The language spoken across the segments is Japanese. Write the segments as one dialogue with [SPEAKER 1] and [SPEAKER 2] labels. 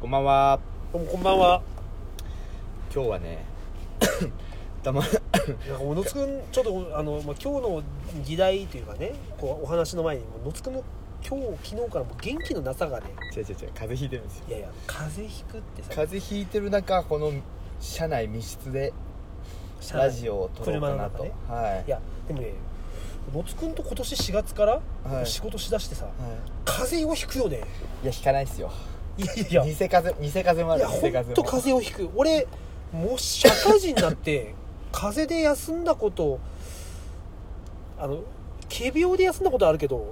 [SPEAKER 1] こんばんは
[SPEAKER 2] こんこんばんは。
[SPEAKER 1] 今日はね た ま
[SPEAKER 2] なんかもうのつくんちょっとあのまあ今日の議題というかね、こうお話の前にもうのつくんの今日昨日からもう元気のなさがね、
[SPEAKER 1] 違う違う違う風邪ひいてるんですよ
[SPEAKER 2] いやいや風邪ひくってさ、
[SPEAKER 1] 風邪ひいてる中この車内密室で
[SPEAKER 2] 車
[SPEAKER 1] ラジオを撮ろうかなと、
[SPEAKER 2] 車の中ね
[SPEAKER 1] はい
[SPEAKER 2] やでもね、のつくんと今年4月から
[SPEAKER 1] はい
[SPEAKER 2] 仕事しだしてさ、
[SPEAKER 1] い、は
[SPEAKER 2] 風邪をひくよね。
[SPEAKER 1] い、いや引かないっすよ
[SPEAKER 2] いやいやい
[SPEAKER 1] 偽風偽風もあ
[SPEAKER 2] や、い
[SPEAKER 1] る
[SPEAKER 2] や
[SPEAKER 1] 偽風も
[SPEAKER 2] 本当風邪をひく。俺もう社会人になって 風邪で休んだこと、あの仮病で休んだことあるけど。
[SPEAKER 1] はい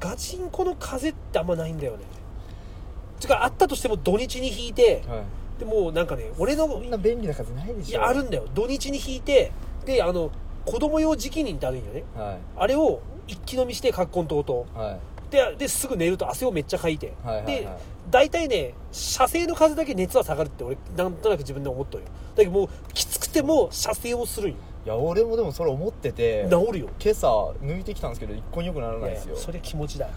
[SPEAKER 2] ガチンコの風ってあんまないんだよねつうかあったとしても土日に引いて
[SPEAKER 1] はい、
[SPEAKER 2] でもうなんかね俺の
[SPEAKER 1] こんな便利な風ないで
[SPEAKER 2] い
[SPEAKER 1] しょ
[SPEAKER 2] やあるんだよ土日に引いてであの子供用時期にってあるんよね
[SPEAKER 1] は
[SPEAKER 2] あれを一気飲みしてカッコンとうと
[SPEAKER 1] いはいう
[SPEAKER 2] でですぐ寝ると汗をめっちゃかいて、
[SPEAKER 1] はいはいはい
[SPEAKER 2] で大体ね射精の風だけ熱は下がるって俺なんとなく自分で思っとるよだけどもうきつくても射精をするんよ
[SPEAKER 1] いや俺もでもそれ思ってて
[SPEAKER 2] 治るよ
[SPEAKER 1] 今朝抜いてきたんですけど一個によくならない
[SPEAKER 2] い
[SPEAKER 1] で
[SPEAKER 2] や
[SPEAKER 1] す
[SPEAKER 2] い
[SPEAKER 1] よ
[SPEAKER 2] やそれ気持ちだよ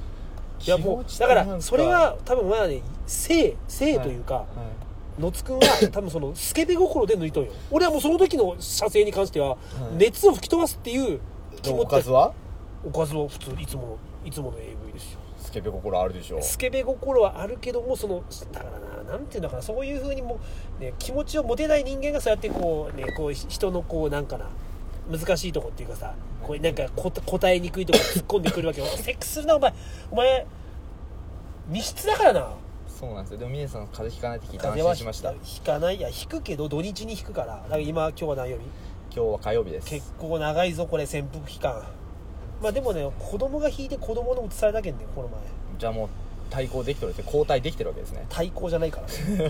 [SPEAKER 2] い
[SPEAKER 1] 気
[SPEAKER 2] や
[SPEAKER 1] 持ち
[SPEAKER 2] もう
[SPEAKER 1] と
[SPEAKER 2] だ
[SPEAKER 1] な
[SPEAKER 2] か
[SPEAKER 1] ん
[SPEAKER 2] らそれは多分まだね性性というか、
[SPEAKER 1] は
[SPEAKER 2] 野津君は多分そのスケベ心で抜いとんよ俺はもうその時の射精に関しては
[SPEAKER 1] い
[SPEAKER 2] 熱を吹き飛ばすっていう
[SPEAKER 1] い
[SPEAKER 2] 気
[SPEAKER 1] で
[SPEAKER 2] 持
[SPEAKER 1] も
[SPEAKER 2] ち
[SPEAKER 1] おかずは
[SPEAKER 2] おかずを普通いつものいつもの AV ですよ
[SPEAKER 1] スケベ心あるでしょ
[SPEAKER 2] スケベ心はあるけどもそのだからななんていうのかなそういうふうにもう、ね、気持ちを持てない人間がそうやってこうねこうひ人のこうなんかな難しいとこっていうかさこうなんかこた答えにくいとこ突っ込んでくるわけよセックスするなお前お前密室だからな
[SPEAKER 1] そうなんですよでも峰さん風邪ひかないって聞いて安
[SPEAKER 2] 風邪は
[SPEAKER 1] 心しました今
[SPEAKER 2] 引かないいや引くけど土日に引くからだから今今日は何曜日
[SPEAKER 1] 日は火曜日です
[SPEAKER 2] 結構長いぞこれ潜伏期間まあでもね子供が引いて子供の移されたけんねこの前
[SPEAKER 1] じゃあもう対抗できてるって交代できてるわけです ね
[SPEAKER 2] 対抗じゃな いからね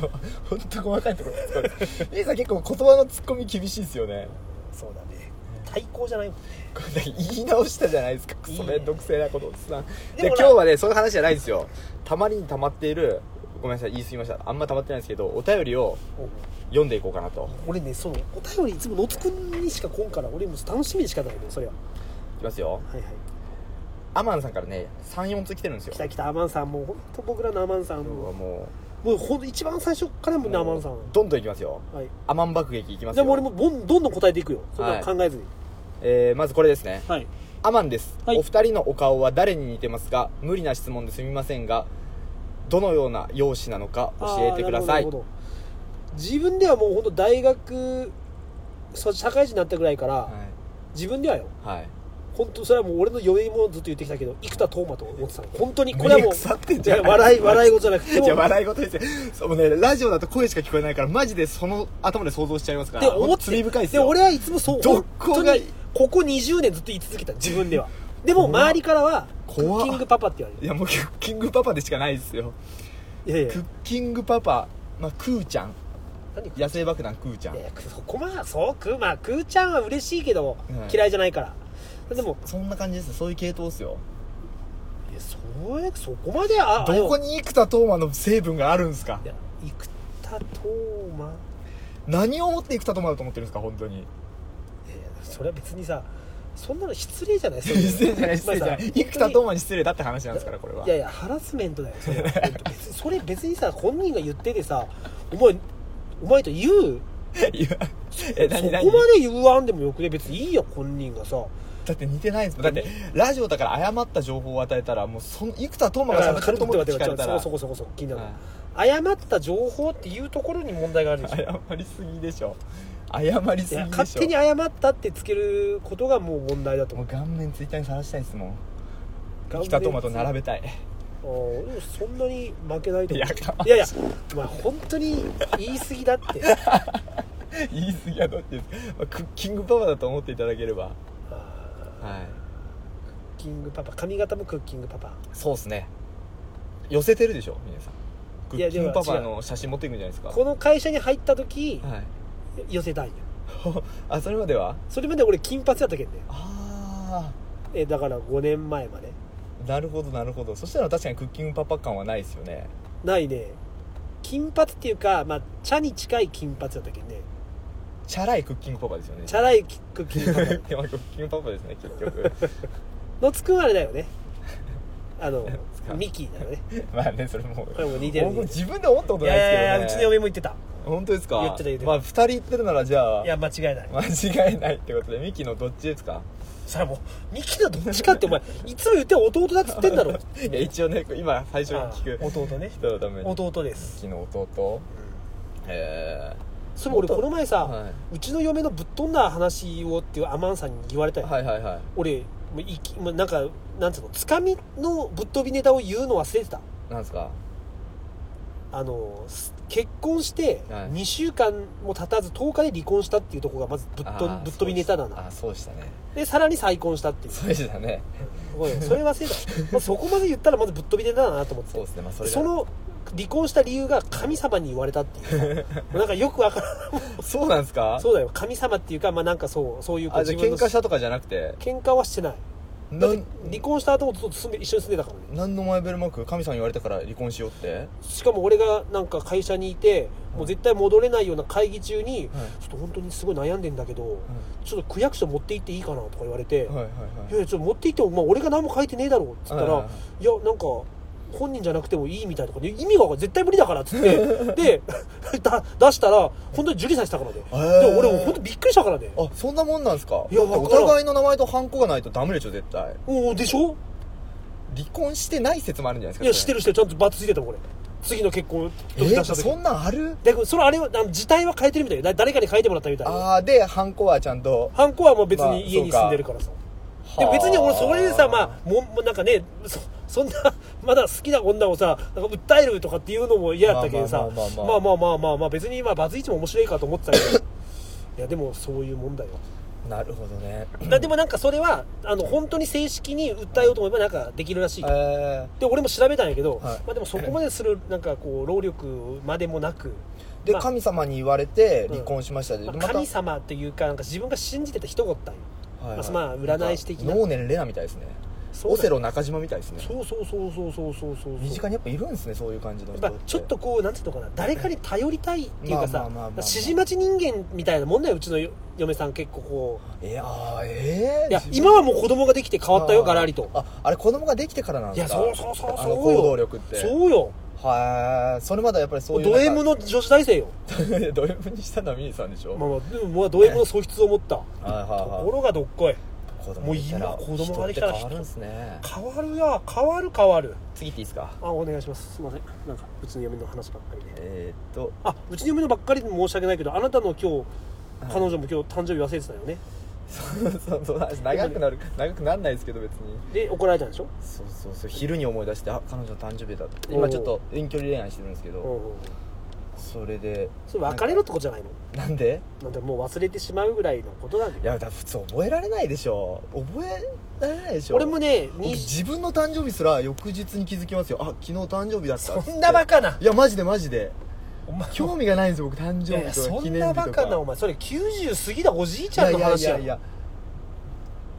[SPEAKER 1] 本当細かいところですこれ峰さん結構言葉のツッコミ厳しいですよね
[SPEAKER 2] そうだね対抗じゃないもん
[SPEAKER 1] これ言い直したじゃないですか
[SPEAKER 2] いい
[SPEAKER 1] それ毒性なことをさ
[SPEAKER 2] で
[SPEAKER 1] で
[SPEAKER 2] も
[SPEAKER 1] 今
[SPEAKER 2] な
[SPEAKER 1] 日はねそういう話じゃないんですよたまりにたまっているごめんなさい言い過ぎましたあんまたまってないんですけどお便りを
[SPEAKER 2] おう
[SPEAKER 1] 読んでいこうかなと
[SPEAKER 2] 俺ねそのお便りいつものつくんにしか来んから俺も楽しみでしかないのそれはい
[SPEAKER 1] きますよ
[SPEAKER 2] はいはい
[SPEAKER 1] アマンさんからね34通来てるんですよ
[SPEAKER 2] 来た来たアマンさんもうほんと僕らのアマンさん
[SPEAKER 1] 今日は
[SPEAKER 2] も
[SPEAKER 1] も
[SPEAKER 2] もうほんと一番最初からも
[SPEAKER 1] う
[SPEAKER 2] うねアマンさんは
[SPEAKER 1] どんどんいきますよ
[SPEAKER 2] い
[SPEAKER 1] アマン爆撃いきます
[SPEAKER 2] じゃ
[SPEAKER 1] よ
[SPEAKER 2] あもう俺もどんどんどん答えていくよそんなの考えずに
[SPEAKER 1] えーまずこれですね
[SPEAKER 2] はい
[SPEAKER 1] アマンです、
[SPEAKER 2] はい
[SPEAKER 1] お二人のお顔は誰に似てますか無理な質問ですみませんがどのような容姿なのか教えてくださ
[SPEAKER 2] あーなる
[SPEAKER 1] い
[SPEAKER 2] ほどなるほど自分ではもう本当大学そう社会人になったぐらいから、
[SPEAKER 1] はい、
[SPEAKER 2] 自分ではよ
[SPEAKER 1] はい、
[SPEAKER 2] 本当それはもう俺の嫁もずっと言ってきたけど生田斗真と思ってたの本当にこれはもう
[SPEAKER 1] 腐ってん
[SPEAKER 2] い
[SPEAKER 1] じゃ
[SPEAKER 2] や
[SPEAKER 1] ん
[SPEAKER 2] 笑い笑い事じゃなくて
[SPEAKER 1] い
[SPEAKER 2] も
[SPEAKER 1] や笑い事ですよそうもうねラジオだと声しか聞こえないからマジでその頭で想像しちゃいますか
[SPEAKER 2] で
[SPEAKER 1] ら
[SPEAKER 2] 思
[SPEAKER 1] ほん
[SPEAKER 2] っ
[SPEAKER 1] と
[SPEAKER 2] て
[SPEAKER 1] 罪深いです
[SPEAKER 2] で
[SPEAKER 1] よ
[SPEAKER 2] 俺はいつもそう
[SPEAKER 1] どこが
[SPEAKER 2] 本当にここ20年ずっと言い続けた自分ではでも
[SPEAKER 1] 怖っ
[SPEAKER 2] 周りからはク
[SPEAKER 1] 怖っ
[SPEAKER 2] ッキングパパって言わ
[SPEAKER 1] いやもうクッキングパパでしかないですよ
[SPEAKER 2] れるいやい
[SPEAKER 1] ク
[SPEAKER 2] や
[SPEAKER 1] ッキングパパ、まあ、クーちゃん
[SPEAKER 2] 何い
[SPEAKER 1] 野生爆弾クーちゃん
[SPEAKER 2] やいやそこまあそうくまあくーちゃんは嬉しいけど、
[SPEAKER 1] うん
[SPEAKER 2] 嫌いじゃないからでも
[SPEAKER 1] そんな感じですそういう系統ですよ
[SPEAKER 2] いやそうやそこまでああれ
[SPEAKER 1] ど
[SPEAKER 2] よ
[SPEAKER 1] こに生田斗真の成分があるんですか
[SPEAKER 2] いや生田斗真
[SPEAKER 1] 何をもって生田斗真だと思ってるんですか本当に
[SPEAKER 2] いやそれは別にさそんなの失礼じゃ ないそれ
[SPEAKER 1] 失礼じゃない失
[SPEAKER 2] まあ
[SPEAKER 1] 礼じ
[SPEAKER 2] さ
[SPEAKER 1] ゃない生田斗真に失礼だって話なんですからこれはい
[SPEAKER 2] やいやハラスメントだよそれは別にそれ別にさ本人が言っててさお前お前と言う
[SPEAKER 1] いやえ
[SPEAKER 2] そ
[SPEAKER 1] 何
[SPEAKER 2] こま
[SPEAKER 1] 何
[SPEAKER 2] で言わんでもよくね別にいいよ本人がさ
[SPEAKER 1] だって似てないんですもんだってラジオだから誤った情報を与えたらもうその生田斗真が喋ってると思って聞かれたら
[SPEAKER 2] そこそこそこ気になる、
[SPEAKER 1] はい
[SPEAKER 2] 誤った情報っていうところに問題があるでしょ
[SPEAKER 1] 謝りすぎでしょ謝り
[SPEAKER 2] い
[SPEAKER 1] すぎ
[SPEAKER 2] や
[SPEAKER 1] でしょ
[SPEAKER 2] 勝手に誤ったってつけることがもう問題だと
[SPEAKER 1] も
[SPEAKER 2] 思
[SPEAKER 1] う
[SPEAKER 2] う
[SPEAKER 1] 顔面ツイッターに晒したいですもん生田斗真と並べたい
[SPEAKER 2] あーでもそんなに負けないと
[SPEAKER 1] い
[SPEAKER 2] 思
[SPEAKER 1] や
[SPEAKER 2] う
[SPEAKER 1] かわ
[SPEAKER 2] いやいやお前本当に言い過ぎだって
[SPEAKER 1] 言い過ぎはどっちですか、まあ、クッキングパパだと思っていただければ
[SPEAKER 2] あー
[SPEAKER 1] はい
[SPEAKER 2] クッキングパパ髪型もクッキングパパ
[SPEAKER 1] そうっすね寄せてるでしょ皆さんク
[SPEAKER 2] いや
[SPEAKER 1] ッキングパ
[SPEAKER 2] で
[SPEAKER 1] パ
[SPEAKER 2] も違う
[SPEAKER 1] の写真持っていくんじゃないですか
[SPEAKER 2] この会社に入った時
[SPEAKER 1] はい
[SPEAKER 2] 寄せたいよ
[SPEAKER 1] あそれまでは
[SPEAKER 2] それまで俺金髪やったけんね
[SPEAKER 1] あ
[SPEAKER 2] えだから5年前まで
[SPEAKER 1] あなるほどなるほどそしたら確かにクッキングパパ感はないですよね
[SPEAKER 2] ないね金髪っていうか、まあ、茶に近い金髪やったけんね
[SPEAKER 1] チャラいクッキングパパですよね
[SPEAKER 2] チャラいクッキング パ
[SPEAKER 1] い やまあクッキングパパですね結局
[SPEAKER 2] パのつくんあれだよねあの
[SPEAKER 1] ですか
[SPEAKER 2] ミキーだよね
[SPEAKER 1] まあねそれも
[SPEAKER 2] これも似てる
[SPEAKER 1] 僕自分で思ったこ
[SPEAKER 2] い
[SPEAKER 1] とない
[SPEAKER 2] やいやいや
[SPEAKER 1] で
[SPEAKER 2] う
[SPEAKER 1] す
[SPEAKER 2] ち
[SPEAKER 1] けど
[SPEAKER 2] の
[SPEAKER 1] ね
[SPEAKER 2] 嫁も言ってた
[SPEAKER 1] 本当ですか
[SPEAKER 2] 言ってた言ってた
[SPEAKER 1] まあ2人言ってるならじゃあ
[SPEAKER 2] いや間違いない
[SPEAKER 1] 間違いないってことでミキのどっちですか
[SPEAKER 2] それもうミキのどっちかってお前いつも言って弟だっつってんだろ
[SPEAKER 1] いや一応ね今最初に聞
[SPEAKER 2] あ
[SPEAKER 1] く
[SPEAKER 2] 弟ね
[SPEAKER 1] 人のためにミ
[SPEAKER 2] 弟です
[SPEAKER 1] キの弟え
[SPEAKER 2] それも俺この前さ、
[SPEAKER 1] はいう
[SPEAKER 2] ちの嫁のぶっ飛んだ話をっていうアマンさんに言われた
[SPEAKER 1] ー
[SPEAKER 2] よ、
[SPEAKER 1] はいはいはい
[SPEAKER 2] 俺もういきもうなんかなんつうのつかみのぶっ飛びネタを言うの忘れてた
[SPEAKER 1] なんですか
[SPEAKER 2] あのす結婚して
[SPEAKER 1] はい
[SPEAKER 2] 2週間も経たず10日で離婚したっていうところがまずぶっ
[SPEAKER 1] あ
[SPEAKER 2] と
[SPEAKER 1] ー
[SPEAKER 2] ぶっ飛びネタだな
[SPEAKER 1] あそうでしたね
[SPEAKER 2] でさらに再婚したっていう
[SPEAKER 1] そうでしたね
[SPEAKER 2] おいそれ忘 れた、まあ、そこまで言ったらまずぶっ飛びネタだなと思って
[SPEAKER 1] そうですねまあそれが
[SPEAKER 2] その離婚した理由が神様に言われたっていう なんかよくわからん
[SPEAKER 1] そうなんですか
[SPEAKER 2] そうだよ神様っていうかまあなんかそうそういうこう
[SPEAKER 1] あじゃあ喧嘩したとかじゃなくて
[SPEAKER 2] 喧嘩はしてないだ
[SPEAKER 1] な
[SPEAKER 2] って離婚した後もずっと住んで一緒に住んでたからね
[SPEAKER 1] 何の前触れもなく神さんに言われたから離婚しようって
[SPEAKER 2] しかも俺がなんか会社にいてもう絶対戻れないような会議中に、
[SPEAKER 1] はい
[SPEAKER 2] ちょっと本当にすごい悩んでんだけど、ちょっと区役所持って行っていいかなとか言われ
[SPEAKER 1] は
[SPEAKER 2] て、
[SPEAKER 1] いはいはい
[SPEAKER 2] いやいやちょっと持って行っても、まあ、俺が何も書いてねえだろうっつったら、
[SPEAKER 1] はい
[SPEAKER 2] い
[SPEAKER 1] はいは
[SPEAKER 2] やなんか本人じゃなくてもいいみたいとか、ね、意味が分かん絶対無理だからっつって でだ出したら本当に受理されてたからね、
[SPEAKER 1] ー
[SPEAKER 2] でも俺もう本当びっくりしたからね
[SPEAKER 1] あそんなもんなんですか
[SPEAKER 2] いや
[SPEAKER 1] だってお
[SPEAKER 2] わからん
[SPEAKER 1] 互いの名前とハンコがないとダメでしょ絶対
[SPEAKER 2] おおでしょ
[SPEAKER 1] 離婚してない説もあるんじゃない
[SPEAKER 2] い
[SPEAKER 1] で
[SPEAKER 2] や
[SPEAKER 1] す
[SPEAKER 2] し
[SPEAKER 1] か
[SPEAKER 2] てるしてるちゃんとバツついてたもんこれ次の結婚
[SPEAKER 1] それ
[SPEAKER 2] 時
[SPEAKER 1] え
[SPEAKER 2] 出した時
[SPEAKER 1] そんなんある
[SPEAKER 2] でそれあれはあの字体は変えてるみたいな誰かに変えてもらったみたいな
[SPEAKER 1] ああでハンコはちゃんと
[SPEAKER 2] ハンコはもう別
[SPEAKER 1] まあ
[SPEAKER 2] に家に住んでるからさ、でも別に俺それでさまあももうなんかねそそんな まだ好きな女をさなんか訴えるとかっていうのも嫌だったけどさ
[SPEAKER 1] まあまあま
[SPEAKER 2] ま
[SPEAKER 1] あまあまあ
[SPEAKER 2] あまあまあまあまあ別に今バズイチも面白いかと思ってた けどいやでもそういうもんだよ
[SPEAKER 1] あなるほどね
[SPEAKER 2] だでもなんかそれはあの本当に正式に訴えようと思えばなんかできるらし
[SPEAKER 1] え
[SPEAKER 2] い
[SPEAKER 1] ー
[SPEAKER 2] で俺も調べたんやけど、
[SPEAKER 1] はい
[SPEAKER 2] まあ、でもそこまで するなんかこう労力までもなく
[SPEAKER 1] で
[SPEAKER 2] まあ
[SPEAKER 1] 神様に言われて離婚しましたで
[SPEAKER 2] まあ
[SPEAKER 1] また
[SPEAKER 2] 神様っていうかなんか自分が信じてた人がおったんよ
[SPEAKER 1] はいはい
[SPEAKER 2] まあ占い師的な
[SPEAKER 1] なんかノーネンレナみたいですね
[SPEAKER 2] そう
[SPEAKER 1] オ
[SPEAKER 2] だ
[SPEAKER 1] セ
[SPEAKER 2] よ
[SPEAKER 1] ロ中島みたいですね
[SPEAKER 2] そうそうそうそうそうそうそう
[SPEAKER 1] 身近にやっぱいるんですねそういう感じの人
[SPEAKER 2] やっぱちょっとこうなんていうのかな誰かに頼りたいっていうか
[SPEAKER 1] まあまあ
[SPEAKER 2] さ
[SPEAKER 1] まあまあまあ
[SPEAKER 2] 指示待ち人間みたいなもんだようちの嫁さん結構こ
[SPEAKER 1] いやーええ
[SPEAKER 2] ういや今はもう子供ができて変わったよガラリと
[SPEAKER 1] ああれ子供ができてからなん
[SPEAKER 2] い
[SPEAKER 1] で
[SPEAKER 2] や
[SPEAKER 1] すか
[SPEAKER 2] そうそうそう
[SPEAKER 1] あ
[SPEAKER 2] そう
[SPEAKER 1] の
[SPEAKER 2] よ
[SPEAKER 1] 行動力って
[SPEAKER 2] そうよ
[SPEAKER 1] はいそれまだやっぱりそういう
[SPEAKER 2] ド M の女子大生よ、
[SPEAKER 1] の ド M にしたのはミニさんでしょ、
[SPEAKER 2] まあまあ、でもまあド M の素質を持ったと
[SPEAKER 1] はいはい
[SPEAKER 2] こ
[SPEAKER 1] は
[SPEAKER 2] ろがどっこい
[SPEAKER 1] い子
[SPEAKER 2] もう今子供ができたら
[SPEAKER 1] 人って変わるんですね
[SPEAKER 2] 変わるや変わる変わる
[SPEAKER 1] 次行っていいですか
[SPEAKER 2] あお願いしますすいませんなんかうちの嫁の話ばっかりで
[SPEAKER 1] えー、っと
[SPEAKER 2] あうちの嫁のばっかりで申し訳ないけどあなたの今日
[SPEAKER 1] はい
[SPEAKER 2] 彼女も今日誕生日忘れてたよね
[SPEAKER 1] そうそうそう長くなる長くなんないですけど別に
[SPEAKER 2] で怒られたんでしょ
[SPEAKER 1] そうそうそう昼に思い出してあ彼女の誕生日だって
[SPEAKER 2] おう
[SPEAKER 1] 今ちょっと遠距離恋愛してるんですけ
[SPEAKER 2] うん
[SPEAKER 1] ど
[SPEAKER 2] うんうん
[SPEAKER 1] それで
[SPEAKER 2] それ別れろってことじゃないの
[SPEAKER 1] なんで
[SPEAKER 2] なんでもう忘れてしまうぐらいのことなん
[SPEAKER 1] い
[SPEAKER 2] だよ
[SPEAKER 1] やだから普通覚えられないでしょ覚えられないでしょ
[SPEAKER 2] 俺もね
[SPEAKER 1] 僕
[SPEAKER 2] に
[SPEAKER 1] 自分の誕生日すら翌日に気づきますよあ昨日誕生日だった
[SPEAKER 2] そんなバカない
[SPEAKER 1] やマジでマジで
[SPEAKER 2] お前
[SPEAKER 1] 興味がないんですよ僕誕
[SPEAKER 2] い
[SPEAKER 1] 生
[SPEAKER 2] やいや
[SPEAKER 1] 日と
[SPEAKER 2] そ
[SPEAKER 1] か記
[SPEAKER 2] ん
[SPEAKER 1] 念日とか
[SPEAKER 2] なバカなお前それ90過ぎたおじいちゃんの話やろ
[SPEAKER 1] いや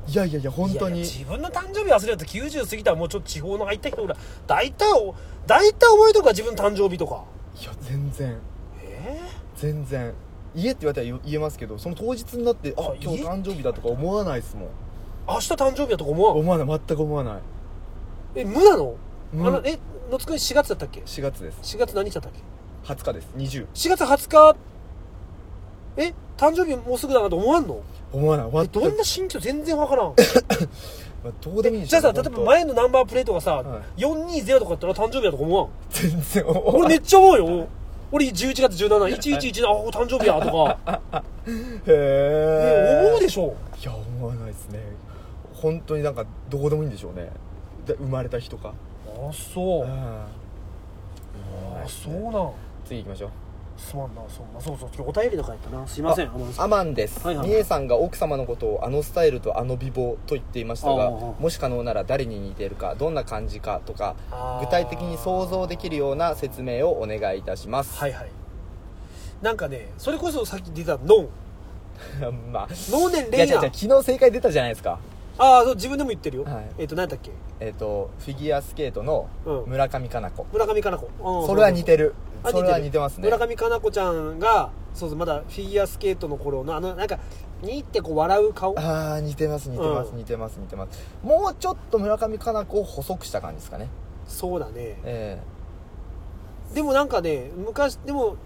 [SPEAKER 1] いやいやいやいやいや本当に
[SPEAKER 2] いやいや自分の誕生日忘れると90過ぎたらもうちょっと地方の入った人ぐらい大体お大体覚えとくわ自分の誕生日とか
[SPEAKER 1] いや全然
[SPEAKER 2] え
[SPEAKER 1] 全然家って言われたら言えますけどその当日になってあ
[SPEAKER 2] あ
[SPEAKER 1] 今日
[SPEAKER 2] 家
[SPEAKER 1] 誕生日だとか思わないですもん
[SPEAKER 2] ー、明日誕生日だとか思わん
[SPEAKER 1] 思わない全く思わない
[SPEAKER 2] え無なの,、
[SPEAKER 1] 無
[SPEAKER 2] あのえのつくん4月だったっけ
[SPEAKER 1] 4月です
[SPEAKER 2] 4月何日だったっけ
[SPEAKER 1] 20日です20
[SPEAKER 2] 4月20日え誕生日もうすぐだなと思わんの
[SPEAKER 1] 思わない
[SPEAKER 2] え
[SPEAKER 1] 全く
[SPEAKER 2] どんな心境全然わからん
[SPEAKER 1] まあどうでもいいで
[SPEAKER 2] じゃあ さ例
[SPEAKER 1] 本
[SPEAKER 2] え
[SPEAKER 1] 当
[SPEAKER 2] ば前のナンバープレートがさ、
[SPEAKER 1] は
[SPEAKER 2] 420とかだったら誕生日だとか思わ ん
[SPEAKER 1] 全然思わ
[SPEAKER 2] 俺
[SPEAKER 1] ない
[SPEAKER 2] めっちゃ思うよ俺11月171111あお誕生日や とか、
[SPEAKER 1] へえ
[SPEAKER 2] ね思うでしょ
[SPEAKER 1] いや思わないですね本当になんかどこでもいいんでしょうねで生まれた日とか
[SPEAKER 2] あそううんあそうなん
[SPEAKER 1] 次行きましょう
[SPEAKER 2] すまんなそんなそうそう今日お便りとかやったなすいません天野さん
[SPEAKER 1] アマンです、
[SPEAKER 2] はいはい
[SPEAKER 1] ミエさんが奥様のことをあのスタイルとあの美貌と言っていましたが
[SPEAKER 2] あー
[SPEAKER 1] もし可能なら誰に似ているかどんな感じかとか
[SPEAKER 2] あー
[SPEAKER 1] 具体的に想像できるような説明をお願いいたします、
[SPEAKER 2] はいはいなんかねそれこそさっき出たノン
[SPEAKER 1] まあ
[SPEAKER 2] ノーネン
[SPEAKER 1] いや
[SPEAKER 2] レイ
[SPEAKER 1] 違う
[SPEAKER 2] ナ
[SPEAKER 1] 違う昨日正解出たじゃないですか
[SPEAKER 2] ああそう自分でも言ってるよ、
[SPEAKER 1] はい
[SPEAKER 2] えっ、と何だっけ
[SPEAKER 1] えっ、とフィギュアスケートの
[SPEAKER 2] うん
[SPEAKER 1] 村上佳菜子、
[SPEAKER 2] 村上佳菜子うん
[SPEAKER 1] それは似てる
[SPEAKER 2] あ
[SPEAKER 1] それは似てますね
[SPEAKER 2] 村上佳菜子ちゃんがそうそうまだフィギュアスケートの頃のあのなんかにってこう笑う顔
[SPEAKER 1] ああ似てます似てます、
[SPEAKER 2] うん
[SPEAKER 1] 似てます似てますもうちょっと村上佳菜子を細くした感じですかね
[SPEAKER 2] そうだね
[SPEAKER 1] え
[SPEAKER 2] でもなんかね昔でも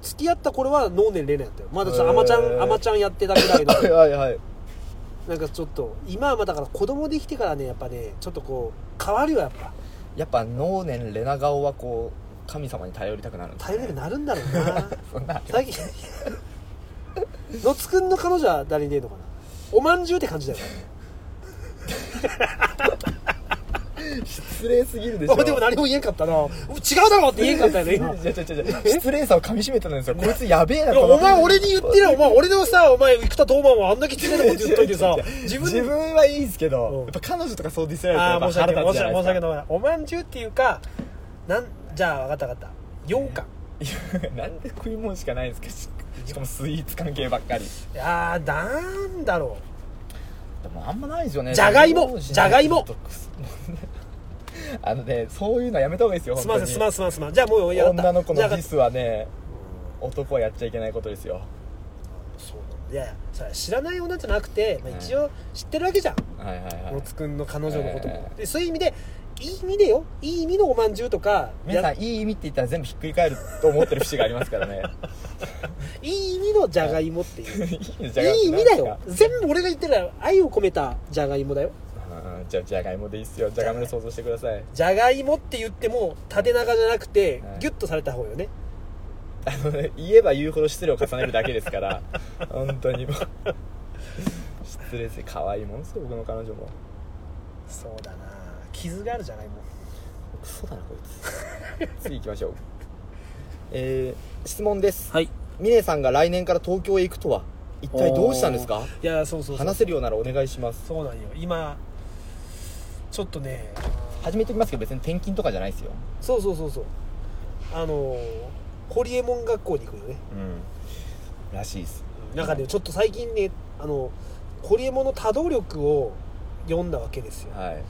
[SPEAKER 2] 付き合った頃は能年玲奈やったよまだちょっと
[SPEAKER 1] へー
[SPEAKER 2] アマちゃんアマちゃんやってたぐらい
[SPEAKER 1] え
[SPEAKER 2] の
[SPEAKER 1] はいはいはい
[SPEAKER 2] なんかちょっと今はまあだから子供できてからねやっぱねちょっとこう変わるよやっぱ
[SPEAKER 1] やっぱ能年レナ顔はこう神様に頼りたく なるんですね
[SPEAKER 2] 頼れるようになるんだろうな
[SPEAKER 1] そんな
[SPEAKER 2] 最近のつくんの彼女は誰に出るのかなおまんじゅうって感じだよね
[SPEAKER 1] 失礼すぎるでしょ
[SPEAKER 2] あでも何も言えんかったな違うだろって言えんかったよね 今
[SPEAKER 1] いや違う違う違う失礼さを噛みしめてたんですよこいつやべえない
[SPEAKER 2] や
[SPEAKER 1] と思
[SPEAKER 2] お
[SPEAKER 1] って
[SPEAKER 2] 前俺に言ってるお前俺のさお前生田斗真はあんだけ強いのこと言っとい てさ自分
[SPEAKER 1] 自
[SPEAKER 2] で
[SPEAKER 1] 分はいいんですけど、
[SPEAKER 2] うん
[SPEAKER 1] やっぱ彼女とかそうディスられ
[SPEAKER 2] あ
[SPEAKER 1] た
[SPEAKER 2] あ
[SPEAKER 1] ら
[SPEAKER 2] ー申し訳ない
[SPEAKER 1] やっ
[SPEAKER 2] 申
[SPEAKER 1] ぱ
[SPEAKER 2] し
[SPEAKER 1] 腹
[SPEAKER 2] 訳ない申し
[SPEAKER 1] 立
[SPEAKER 2] 訳ないおまんじゅうっていうかなんじゃあ分かった分かったようかん
[SPEAKER 1] つじゃ ないですかいやなんで食い物しかないんですかししかもスイーツ関係ばっかり
[SPEAKER 2] いやーなんだろう
[SPEAKER 1] でもあんまないですよね
[SPEAKER 2] じゃがいもじゃがいも
[SPEAKER 1] あのねそういうのはやめた方がいいですよ
[SPEAKER 2] すまんすま
[SPEAKER 1] ん
[SPEAKER 2] んすまんすまんじゃあもうやった
[SPEAKER 1] 女の子の
[SPEAKER 2] じゃ
[SPEAKER 1] デ
[SPEAKER 2] あ分
[SPEAKER 1] ィ
[SPEAKER 2] かっ
[SPEAKER 1] スはね男はやっちゃいけないことですよ
[SPEAKER 2] たそうなんだいやいやそれは知らない女じゃなくて、まあ、一応知ってるわけじゃん
[SPEAKER 1] はいはいはい
[SPEAKER 2] 野津くんの彼女のことも
[SPEAKER 1] え、え
[SPEAKER 2] でそういう意味でいい意味でよいい意味のおまんじゅうとか
[SPEAKER 1] 皆さ
[SPEAKER 2] や
[SPEAKER 1] んいい意味って言ったら全部ひっくり返ると思ってる節がありますからね
[SPEAKER 2] いい意味のじゃがいもって いう
[SPEAKER 1] いいじゃが
[SPEAKER 2] いい意味だよ
[SPEAKER 1] なんです
[SPEAKER 2] 全部俺が言ってるのは愛を込めたじゃがいもだよ
[SPEAKER 1] かうんじゃあじゃがいもでいいっすよじゃがいもで想像してください
[SPEAKER 2] じゃがいもって言っても縦長じゃなくて
[SPEAKER 1] はい
[SPEAKER 2] ギュッとされた方よね
[SPEAKER 1] あのね言えば言うほど失礼を重ねるだけですから本当にもう失礼ですね可愛いもんですよ僕の彼女も
[SPEAKER 2] そうだな傷があるじゃないも
[SPEAKER 1] クソだなこい つ次行きましょうえー、質問です
[SPEAKER 2] はいい
[SPEAKER 1] ミネさんが来年から東京へ行くとは一体どうしたんですか
[SPEAKER 2] やそうそうそう
[SPEAKER 1] 話せるようならお願いします
[SPEAKER 2] そうなんよ今ちょっとね
[SPEAKER 1] 始めておきますけど別に転勤とかじゃないですよ
[SPEAKER 2] そうそうそうそうあのホリエモン学校に行くよね
[SPEAKER 1] うんらしいです
[SPEAKER 2] なんかねちょっと最近ねあのホリエモンの多動力を読んだわけですよ
[SPEAKER 1] はい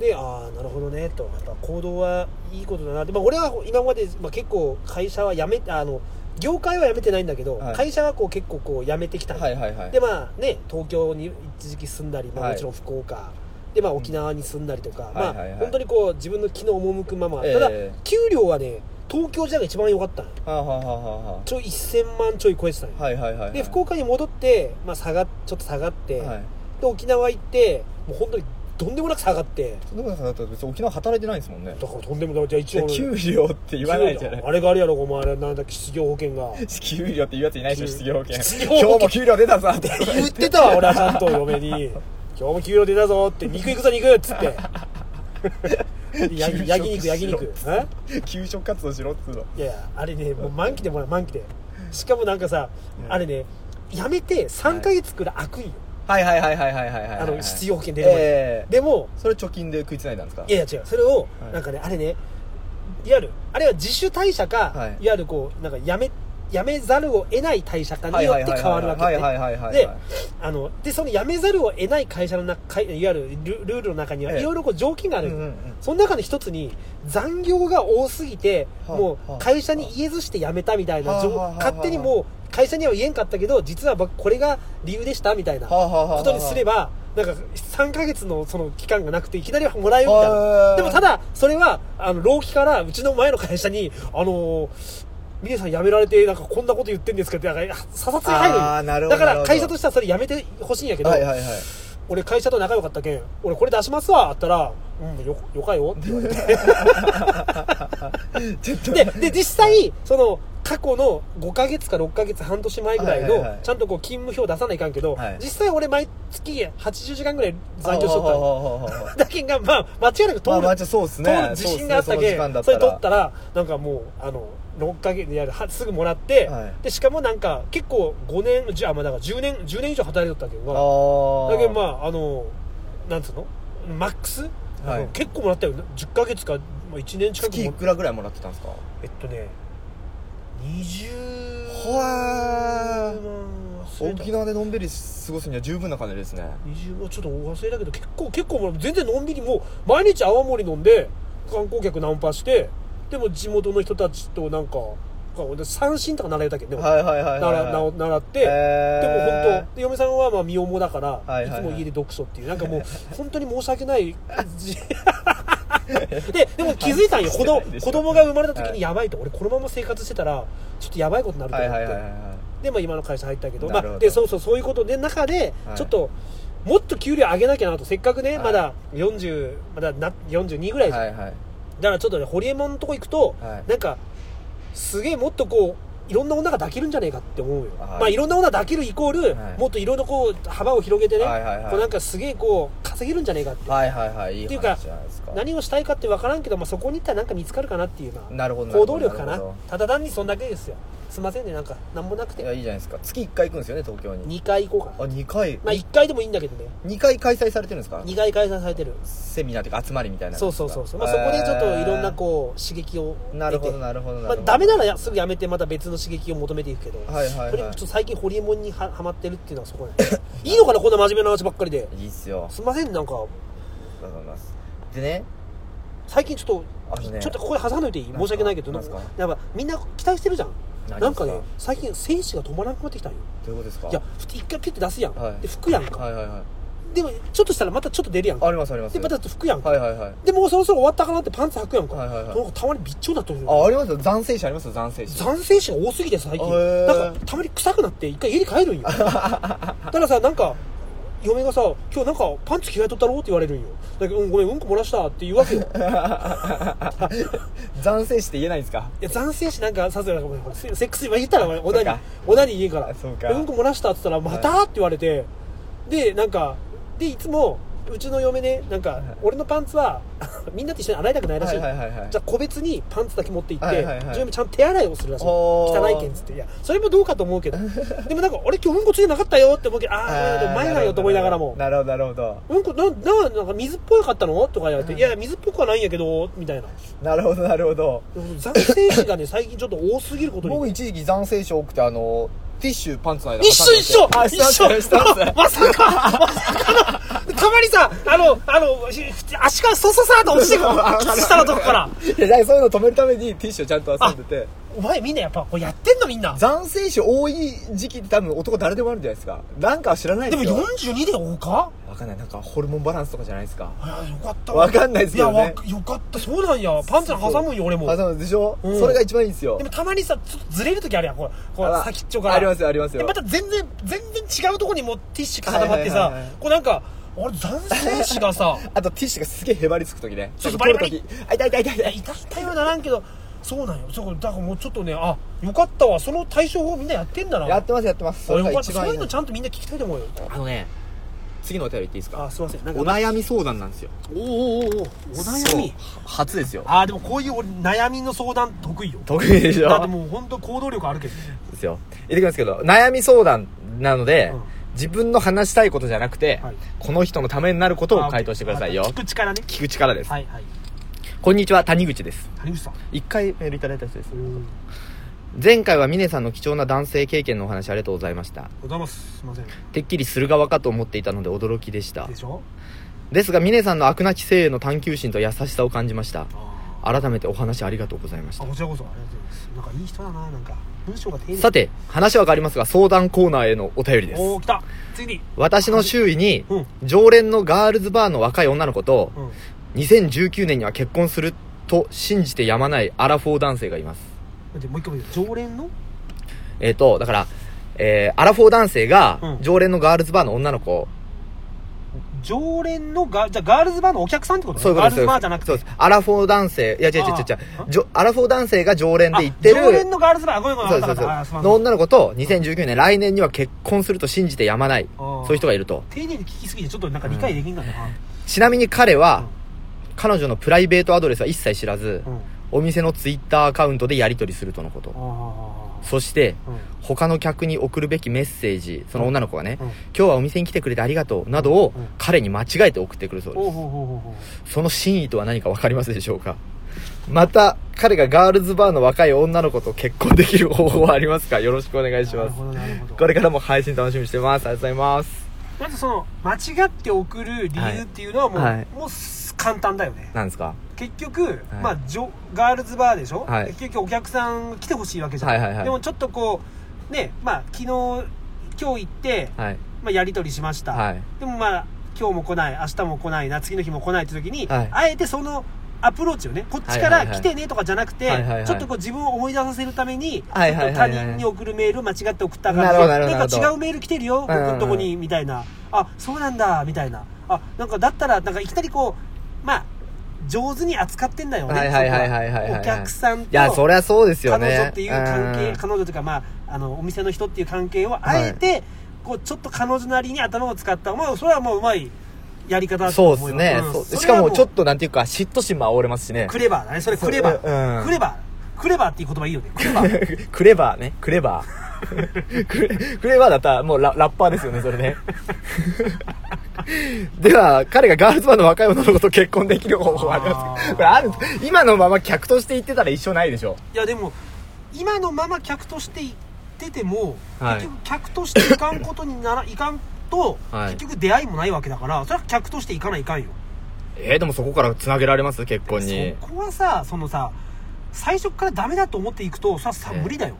[SPEAKER 2] でああなるほどねとやっぱ行動はいいことだなで、まあ、俺は今まで、まあ、結構会社は辞めあの業界は辞めてないんだけど、
[SPEAKER 1] はい
[SPEAKER 2] 会社はこう結構こう辞めてきたんよ
[SPEAKER 1] はいはいはい
[SPEAKER 2] でまあね東京に一時期住んだり、まあ、
[SPEAKER 1] はい
[SPEAKER 2] もちろん福岡、でまあ、沖縄に住んだりとか、まあ
[SPEAKER 1] はいはいはい
[SPEAKER 2] 本当にこう自分の気の赴くまま、
[SPEAKER 1] ええ
[SPEAKER 2] ただ給料はね東京時代が一番良かったのよ
[SPEAKER 1] はあ、はあはあはあは
[SPEAKER 2] ちょい1000万ちょい超えてたのよ、
[SPEAKER 1] あ、はいはいはいはい
[SPEAKER 2] で福岡に戻って、まあ、下がちょっと下がって、
[SPEAKER 1] はい
[SPEAKER 2] で沖縄行ってもう本当にとんでもなく下がって
[SPEAKER 1] 野村さんだったら別に沖縄働いてないんですもんね
[SPEAKER 2] だからとんでもないじゃあ一応
[SPEAKER 1] 給料って言わないじゃない
[SPEAKER 2] あれがあるやろお前あれなん だっけ失業保険が
[SPEAKER 1] 給料って言うやついないでしょ失業保険
[SPEAKER 2] 失業保険
[SPEAKER 1] 今日も給料出たぞって
[SPEAKER 2] 言ってたわ俺はちゃんと嫁に「今日も給料出たぞ」って「肉行くぞ肉」っつって や
[SPEAKER 1] 給食
[SPEAKER 2] 焼肉焼
[SPEAKER 1] しろ
[SPEAKER 2] 肉え
[SPEAKER 1] 給食活動しろっつうの
[SPEAKER 2] いやいやあれねもう満期でもらう満期でしかもなんかさ、
[SPEAKER 1] うん
[SPEAKER 2] あれねやめて3ヶ月くらい悪意よ、
[SPEAKER 1] はいはいはいはいはいはいはい
[SPEAKER 2] あの失
[SPEAKER 1] 要
[SPEAKER 2] 業保険出るまで、
[SPEAKER 1] ええ
[SPEAKER 2] でも
[SPEAKER 1] それ貯金で食いつないだんですか
[SPEAKER 2] いやいや違うそれを、
[SPEAKER 1] はい
[SPEAKER 2] なんかねあれねいわゆるあれは自主退社か、
[SPEAKER 1] はい
[SPEAKER 2] い、わゆるこうなんかやめやめざるを得ない退社かによって変わるわけ
[SPEAKER 1] はい
[SPEAKER 2] ね
[SPEAKER 1] はいはいはいはいはい
[SPEAKER 2] であのでその辞めざるを得ない会社の中会いわゆるルルールの中には
[SPEAKER 1] ええ
[SPEAKER 2] いろいろこう条件がある、
[SPEAKER 1] うんうんうん
[SPEAKER 2] その中の一つに残業が多すぎて、
[SPEAKER 1] はあ
[SPEAKER 2] も
[SPEAKER 1] はあ
[SPEAKER 2] う会社に言えずして辞めたみたいな、
[SPEAKER 1] はあ
[SPEAKER 2] じょ
[SPEAKER 1] はあはあ
[SPEAKER 2] 勝手にもう会社には言えんかったけど実は僕これが理由でしたみたいな
[SPEAKER 1] はあはあはあはあ
[SPEAKER 2] ことにすればなんか3ヶ月のその期間がなくていきなりもらえるみたい
[SPEAKER 1] はあ
[SPEAKER 2] なでもただそれはあの老期からうちの前の会社にあのーミネさん辞められてなんかこんなこと言ってんですけどなんかささつに入る
[SPEAKER 1] あーなる
[SPEAKER 2] よ
[SPEAKER 1] ほど
[SPEAKER 2] だか
[SPEAKER 1] なる
[SPEAKER 2] ら
[SPEAKER 1] ほど
[SPEAKER 2] 会社としてはそれやめてほしいんやけど、
[SPEAKER 1] はいはいはい
[SPEAKER 2] 俺会社と仲良かったけん俺これ出しますわあったら「うんよよかよ」って言われて
[SPEAKER 1] ちょっと
[SPEAKER 2] でで実際その過去の5ヶ月か6ヶ月半年前ぐらい
[SPEAKER 1] はいはいは
[SPEAKER 2] の
[SPEAKER 1] い
[SPEAKER 2] ちゃんとこう勤務表出さないかんけど、
[SPEAKER 1] はい
[SPEAKER 2] 実際俺毎月80時間ぐらい残業しとったの
[SPEAKER 1] と
[SPEAKER 2] だけんがまあ間違いなく通
[SPEAKER 1] まあ
[SPEAKER 2] る
[SPEAKER 1] まあちょそうっすね
[SPEAKER 2] 通る自信があっ
[SPEAKER 1] そ
[SPEAKER 2] た
[SPEAKER 1] うっすね
[SPEAKER 2] け
[SPEAKER 1] その時間だ
[SPEAKER 2] ん
[SPEAKER 1] った
[SPEAKER 2] それ
[SPEAKER 1] ら
[SPEAKER 2] 取ったらなんかもうあの6ヶ月でやるはすぐもらって、
[SPEAKER 1] はい
[SPEAKER 2] でしかもなんか結構5年10あまあだから10年10年以上働いとったけんが
[SPEAKER 1] ああ
[SPEAKER 2] だけどまああのなんつうのマックス、
[SPEAKER 1] はい
[SPEAKER 2] あの結構もらったよ10ヶ月かまあ1年近く
[SPEAKER 1] 月い
[SPEAKER 2] も
[SPEAKER 1] くらぐらいもらってたんですか
[SPEAKER 2] えっとね20
[SPEAKER 1] ほわー
[SPEAKER 2] 万忘れた
[SPEAKER 1] 沖縄でのんびり過ごすには十分な金ですね
[SPEAKER 2] 20万ちょっと忘れたけど結構結構もらう全然のんびりもう毎日泡盛飲んで観光客ナンパしてでも地元の人たちとなんかか三振とか習えたけど、ね
[SPEAKER 1] はいはいはい
[SPEAKER 2] な
[SPEAKER 1] はい
[SPEAKER 2] らな習って、
[SPEAKER 1] へー
[SPEAKER 2] でも本当で嫁さんはまあ身重だから、
[SPEAKER 1] はいはい
[SPEAKER 2] い
[SPEAKER 1] はい
[SPEAKER 2] つも家で読書っていうなんかもう本当に申し訳ないじ ででも気づい たんよ
[SPEAKER 1] 反省してな
[SPEAKER 2] 子供
[SPEAKER 1] いでしょ
[SPEAKER 2] 子供が生まれた時
[SPEAKER 1] は
[SPEAKER 2] に
[SPEAKER 1] い
[SPEAKER 2] やばいと、俺このまま生活してたらちょっとやばいことになると
[SPEAKER 1] は
[SPEAKER 2] 思
[SPEAKER 1] い
[SPEAKER 2] って、
[SPEAKER 1] はいはいは
[SPEAKER 2] で、まあ、今の会社入ったけど
[SPEAKER 1] なるほど
[SPEAKER 2] まあ、でそうそうそういうことで中で
[SPEAKER 1] はい
[SPEAKER 2] ちょっと、もっと給料上げなきゃなとせっかく
[SPEAKER 1] は
[SPEAKER 2] ね、
[SPEAKER 1] い
[SPEAKER 2] まだ40まだな42ぐらい
[SPEAKER 1] い
[SPEAKER 2] じゃん、
[SPEAKER 1] はいはい
[SPEAKER 2] だからちょっとねホリエモンのとこ行くと、
[SPEAKER 1] はい
[SPEAKER 2] なんかすげえもっとこういろんな女が抱けるんじゃねえかって思うよ、
[SPEAKER 1] はい
[SPEAKER 2] まあいろんな女抱けるイコール、
[SPEAKER 1] はい
[SPEAKER 2] もっといろんなこう幅を広げてね、
[SPEAKER 1] はいはいはい
[SPEAKER 2] こうなんかすげえこう稼げるんじゃねえかって、
[SPEAKER 1] はいはいはいいい
[SPEAKER 2] っていうか
[SPEAKER 1] 話じゃないですか
[SPEAKER 2] 何をしたいかって分からんけど、まあ、そこに行ったらなんか見つかるかなっていうまあ
[SPEAKER 1] なるほど
[SPEAKER 2] 行動力か
[SPEAKER 1] る
[SPEAKER 2] な
[SPEAKER 1] ほど
[SPEAKER 2] ただ単にそんだけですよすいませんねなんかなんもなく
[SPEAKER 1] いや
[SPEAKER 2] て
[SPEAKER 1] いいじゃないですか月1回行くんですよね東京に
[SPEAKER 2] 2回行こうか
[SPEAKER 1] あ
[SPEAKER 2] な
[SPEAKER 1] 2回、
[SPEAKER 2] まあ1回でもいいんだけどね
[SPEAKER 1] 2回開催されてるんですか
[SPEAKER 2] 2回開催されてる
[SPEAKER 1] セミナーというか集まりみたいな
[SPEAKER 2] そうそうそうそう、まあ、そこでちょっといろんなこう刺激を
[SPEAKER 1] う
[SPEAKER 2] 得て
[SPEAKER 1] なるほどなるほどな
[SPEAKER 2] まあ、
[SPEAKER 1] るほど、
[SPEAKER 2] ダメならやすぐやめてまた別の刺激を求めていくけど、
[SPEAKER 1] はいはいはい
[SPEAKER 2] とにかくちょっと最近ホリエモンにははまってるっていうのはそこなんです いいのかなこんな真面目な話ばっかりで
[SPEAKER 1] いいっすよ
[SPEAKER 2] すいませんなんか
[SPEAKER 1] だと思いますでね
[SPEAKER 2] 最近ちょ
[SPEAKER 1] あ
[SPEAKER 2] っと、
[SPEAKER 1] のね
[SPEAKER 2] ちょっとここで挟んどいてい
[SPEAKER 1] な
[SPEAKER 2] い
[SPEAKER 1] んすか
[SPEAKER 2] 申し訳ないけど
[SPEAKER 1] なんすか
[SPEAKER 2] やっぱみんな期待してるじゃん
[SPEAKER 1] 何
[SPEAKER 2] なんかね
[SPEAKER 1] です
[SPEAKER 2] 最近精子が止まらなくなってきたんよ
[SPEAKER 1] どういうことですか
[SPEAKER 2] いやふ一回ピュッて出すやん、
[SPEAKER 1] はい
[SPEAKER 2] で吹くやんか、
[SPEAKER 1] はいはいはい
[SPEAKER 2] でもちょっとしたらまたちょっと出るやんか
[SPEAKER 1] ありますあります
[SPEAKER 2] でまた吹くやんか、
[SPEAKER 1] はいはいはい
[SPEAKER 2] でもうそろそろ終わったかなってパンツ履くやんか、
[SPEAKER 1] はいはいはい
[SPEAKER 2] なんかたまにびっちょになってくる
[SPEAKER 1] あありますよ残精子ありますよ残精子
[SPEAKER 2] 残精子が多すぎて最近
[SPEAKER 1] へー
[SPEAKER 2] なんかたまに臭くなって一回家 に帰るんよだからさなんか嫁がさ「今日なんかパンツ着替えとったろ?」って言われるんよだけど「うんごめんうんこ漏らした」って言うわけよい
[SPEAKER 1] 残精子って言えないんですか
[SPEAKER 2] や残精子なんかさすがにほらセセックス今言ったらおな
[SPEAKER 1] そう
[SPEAKER 2] に
[SPEAKER 1] か
[SPEAKER 2] おなに家から
[SPEAKER 1] そうか
[SPEAKER 2] んこ漏らした」って言ったら「また?」って言われてでなんかでいつもうちの嫁ねなんか俺のパンツは みんなと一緒に洗いたくないらし
[SPEAKER 1] はいいはいはいはい
[SPEAKER 2] じゃあ個別にパンツだけ持って行っ
[SPEAKER 1] は
[SPEAKER 2] て、
[SPEAKER 1] いはいはい
[SPEAKER 2] 自分ちゃんと手洗いをするらしい
[SPEAKER 1] おー
[SPEAKER 2] 汚いけんっつっていやそれもどうかと思 うけどでもなんか俺今日うんこついてなかったよって思うけどああごめんなさい前なんよと思いながらも
[SPEAKER 1] なるほどなるほど
[SPEAKER 2] うんこなななんか水っぽかったのとか言われて「いや水っぽくはないんやけど」みたいな
[SPEAKER 1] なるほどなるほど
[SPEAKER 2] 残精子がね最近ちょっと多すぎること
[SPEAKER 1] 僕
[SPEAKER 2] に
[SPEAKER 1] 一時期残精子多くてあのティッシュパンツの間
[SPEAKER 2] 一緒一緒
[SPEAKER 1] あ
[SPEAKER 2] 一緒
[SPEAKER 1] 一緒
[SPEAKER 2] ままさかまさかのたまにさあのあのし足からそそさーっと落ちてく る靴下のとこから
[SPEAKER 1] いやだ からそういうの止めるためにティッシュをちゃんと遊んでて
[SPEAKER 2] お前みんなやっぱこれやってんのみんな
[SPEAKER 1] 残精子多い時期って多分男誰でもあるんじゃないですかなんかは知らない
[SPEAKER 2] で
[SPEAKER 1] で
[SPEAKER 2] も
[SPEAKER 1] すよ
[SPEAKER 2] 42で多か
[SPEAKER 1] わかんないなんかホルモンバランスとかじゃないですか
[SPEAKER 2] いやよかった
[SPEAKER 1] わかんないですけどね
[SPEAKER 2] やわよかったそうなんやパンツに挟むんよ俺も
[SPEAKER 1] あそうでしょ、
[SPEAKER 2] うん
[SPEAKER 1] それが一番いいんですよ
[SPEAKER 2] でもたまにさちょっとずれる時あるやんこうこう
[SPEAKER 1] あら
[SPEAKER 2] 先っちょから
[SPEAKER 1] ありますよありますよ
[SPEAKER 2] でまた全然全然違うとこにもうティッシュが固まってさ、
[SPEAKER 1] はいはいはいはい
[SPEAKER 2] こうなんか俺残精子が さ
[SPEAKER 1] あとティッシュがすげえへばりつく時ね
[SPEAKER 2] そうそ
[SPEAKER 1] な
[SPEAKER 2] う
[SPEAKER 1] んか
[SPEAKER 2] バ
[SPEAKER 1] 取
[SPEAKER 2] リ
[SPEAKER 1] る時あ痛い痛い痛い痛い
[SPEAKER 2] 痛い痛いはならんけどそうなんよそうだからもうちょっとねあよかったわその対処法みんなやってんだな
[SPEAKER 1] やってますやってます
[SPEAKER 2] あ
[SPEAKER 1] それ
[SPEAKER 2] よ
[SPEAKER 1] が
[SPEAKER 2] かった
[SPEAKER 1] 一
[SPEAKER 2] そう
[SPEAKER 1] 番
[SPEAKER 2] い
[SPEAKER 1] いうい
[SPEAKER 2] のちゃんとみんな聞きたいと思うよ
[SPEAKER 1] あのね次のお便り言っていいですか
[SPEAKER 2] あすいませんなん
[SPEAKER 1] お
[SPEAKER 2] か
[SPEAKER 1] 悩み相談なんですよ
[SPEAKER 2] おおおおお悩み
[SPEAKER 1] そうは初ですよ
[SPEAKER 2] ああでもこういう俺悩みの相談得意よ
[SPEAKER 1] 得意でしょ
[SPEAKER 2] だってもう本当行動力あるけど
[SPEAKER 1] ですよ言ってきますけど悩み相談なので、
[SPEAKER 2] うん
[SPEAKER 1] 自分の話したいことじゃなくて、
[SPEAKER 2] はい
[SPEAKER 1] この人のためになることを回答してくださいよ
[SPEAKER 2] 聞く力ね
[SPEAKER 1] 聞く力です、
[SPEAKER 2] はいはい
[SPEAKER 1] こんにちは谷口です
[SPEAKER 2] 谷口さん
[SPEAKER 1] 一回メールいただいた人です
[SPEAKER 2] うん
[SPEAKER 1] 前回は峰さんの貴重な男性経験のお話ありがとうございました
[SPEAKER 2] ございますすいません
[SPEAKER 1] てっきりする側かと思っていたので驚きでした
[SPEAKER 2] でしょ
[SPEAKER 1] ですが峰さんの悪なき性への探求心と優しさを感じました
[SPEAKER 2] あ
[SPEAKER 1] 改めてお話ありがとうございました
[SPEAKER 2] こちらこそありがとうございますなんかいい人だななんか文章が丁寧
[SPEAKER 1] さて話は変わりますが相談コーナーへのお便りです
[SPEAKER 2] おお来たついに
[SPEAKER 1] 私の周囲に
[SPEAKER 2] うん
[SPEAKER 1] 常連のガールズバーの若い女の子と
[SPEAKER 2] うん
[SPEAKER 1] 2019年には結婚すると信じてやまないアラフォー男性がいます
[SPEAKER 2] でもう一回見て常連の
[SPEAKER 1] えっ、とだから、えー、アラフォー男性
[SPEAKER 2] う
[SPEAKER 1] が
[SPEAKER 2] ん
[SPEAKER 1] 常連のガールズバーの女の子、
[SPEAKER 2] 常連のがじゃあガールズバーのお客さんってことね
[SPEAKER 1] そういうこ
[SPEAKER 2] ガ
[SPEAKER 1] と
[SPEAKER 2] ー
[SPEAKER 1] です
[SPEAKER 2] ルズバーじゃなくて
[SPEAKER 1] そうですアラフォー男性いや違う違う違う違う
[SPEAKER 2] あ
[SPEAKER 1] じょアラフォー男性が常連で行ってる
[SPEAKER 2] 常連のガールズバーごめんごめん
[SPEAKER 1] そうで
[SPEAKER 2] わか
[SPEAKER 1] すそう
[SPEAKER 2] った
[SPEAKER 1] で
[SPEAKER 2] わかったあーす
[SPEAKER 1] す
[SPEAKER 2] まん
[SPEAKER 1] の女の子と2019年来年には結婚すると信じてやまないそういう人がいると
[SPEAKER 2] 丁寧に聞きすぎてちょっとなんか理解できんかったな
[SPEAKER 1] ちなみに彼は彼女のプライベートアドレスは一切知らず
[SPEAKER 2] うん
[SPEAKER 1] お店のツイッターアカウントでやり取りするとのこと
[SPEAKER 2] あ
[SPEAKER 1] そして
[SPEAKER 2] ーうん
[SPEAKER 1] 他の客に送るべきメッセージその女の子がね、
[SPEAKER 2] うん
[SPEAKER 1] 今日はお店に来てくれてありがとうなどを
[SPEAKER 2] うん
[SPEAKER 1] 彼に間違えて送ってくるそう
[SPEAKER 2] お
[SPEAKER 1] で
[SPEAKER 2] うほうほうほうほう
[SPEAKER 1] すその真意とは何か分かりますでしょうかまた彼がガールズバーの若い女の子と結婚できる方法はありますかよろしくお願いし
[SPEAKER 2] な
[SPEAKER 1] ま
[SPEAKER 2] る
[SPEAKER 1] す
[SPEAKER 2] ほどなるほど
[SPEAKER 1] これからも配信楽しみにしてますありがとうございます
[SPEAKER 2] まずその間違って送る理由っていうのはもう,、
[SPEAKER 1] はい
[SPEAKER 2] もうす簡単だよね
[SPEAKER 1] なんですか
[SPEAKER 2] 結局、まあ、ジョガールズバーでしょ、
[SPEAKER 1] はい
[SPEAKER 2] 結局お客さん来てほしいわけじゃん、
[SPEAKER 1] はいはいはい
[SPEAKER 2] でもちょっとこうねまあ昨日今日行って、
[SPEAKER 1] はい
[SPEAKER 2] まあ、やり取りしました、
[SPEAKER 1] はい
[SPEAKER 2] でもまあ今日も来ない明日も来ないな次の日も来ないって時に、
[SPEAKER 1] はい
[SPEAKER 2] あえてそのアプローチをねこっちか
[SPEAKER 1] は
[SPEAKER 2] ら
[SPEAKER 1] いはいは
[SPEAKER 2] 来
[SPEAKER 1] い
[SPEAKER 2] てねとかじゃなくて、
[SPEAKER 1] はいはいはい
[SPEAKER 2] ちょっとこう自分を思い出させるために、
[SPEAKER 1] はいはいはいはい
[SPEAKER 2] ちょっと他人に送るメール間違って送ったか
[SPEAKER 1] なるほ
[SPEAKER 2] ら
[SPEAKER 1] どなるほど
[SPEAKER 2] なんか違うメール来てるよ僕のとこにみたいなあそうなんだみたいなあなんかだったらなんかいきなりこうまあ上手に扱ってんだよね
[SPEAKER 1] はいはいはいはいはいはいはい
[SPEAKER 2] お客さんと
[SPEAKER 1] いやそりゃそうですよね
[SPEAKER 2] 彼女っていう関係、
[SPEAKER 1] ん
[SPEAKER 2] 彼女というか、まあ、あのお店の人っていう関係をあえて、こうちょっと彼女なりに頭を使った、まあ、それはもううまいやり方だと
[SPEAKER 1] そうで
[SPEAKER 2] 思
[SPEAKER 1] す
[SPEAKER 2] い
[SPEAKER 1] ね、
[SPEAKER 2] ます
[SPEAKER 1] そう
[SPEAKER 2] うん
[SPEAKER 1] しかもちょっ
[SPEAKER 2] それは
[SPEAKER 1] となんていうか嫉妬心も煽れますしね
[SPEAKER 2] うクレバーだねそれクレバー、
[SPEAKER 1] そううん
[SPEAKER 2] クレバークレバーっていう言葉いいよねクレバー
[SPEAKER 1] クレバーねクレバー クレクレバーだったらもうララッパーですよねそれね では彼がガールズバーの若い女の子と結婚できる方法はあります
[SPEAKER 2] あー
[SPEAKER 1] かこれある今のまま客として言ってたら一生ないでしょ
[SPEAKER 2] いやでも今のまま客として行ってても、
[SPEAKER 1] はい
[SPEAKER 2] 結局客として行かんことにならいかんと、
[SPEAKER 1] はい
[SPEAKER 2] 結局出会いもないわけだからそれは客として行かないかんよ
[SPEAKER 1] えー、でもそこからつなげられます結婚にいや
[SPEAKER 2] そこはさそのさ最初からダメだと思っていくとそれはさ
[SPEAKER 1] ええ
[SPEAKER 2] 無理だよ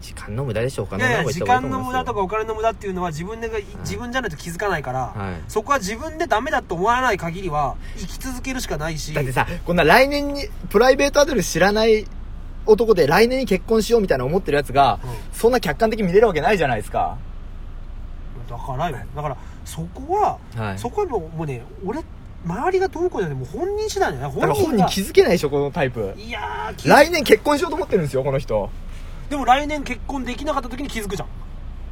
[SPEAKER 1] 時間の無駄でしょうか
[SPEAKER 2] い
[SPEAKER 1] ね
[SPEAKER 2] やいや時間の無駄とか
[SPEAKER 1] は
[SPEAKER 2] お金の無駄っていうのは自分でが自分じゃないと気づかないから、
[SPEAKER 1] い
[SPEAKER 2] そこは自分でダメだと思わない限りは生き続けるしかないし
[SPEAKER 1] だってさこんな来年にプライベートアドレス知らない男で来年に結婚しようみたいな思ってるやつが、
[SPEAKER 2] う
[SPEAKER 1] そんな客観的に見れるわけないじゃないですか
[SPEAKER 2] だからよだからそこは、
[SPEAKER 1] はい
[SPEAKER 2] そこはもうもうね俺周りがどうこうじゃなくてもう本人次第だよね
[SPEAKER 1] だから本人
[SPEAKER 2] が
[SPEAKER 1] 気づけないでしょこのタイプ
[SPEAKER 2] いやー気づ
[SPEAKER 1] 来年結婚しようと思ってるんですよこの人
[SPEAKER 2] でも来年結婚できなかった時に気づくじゃん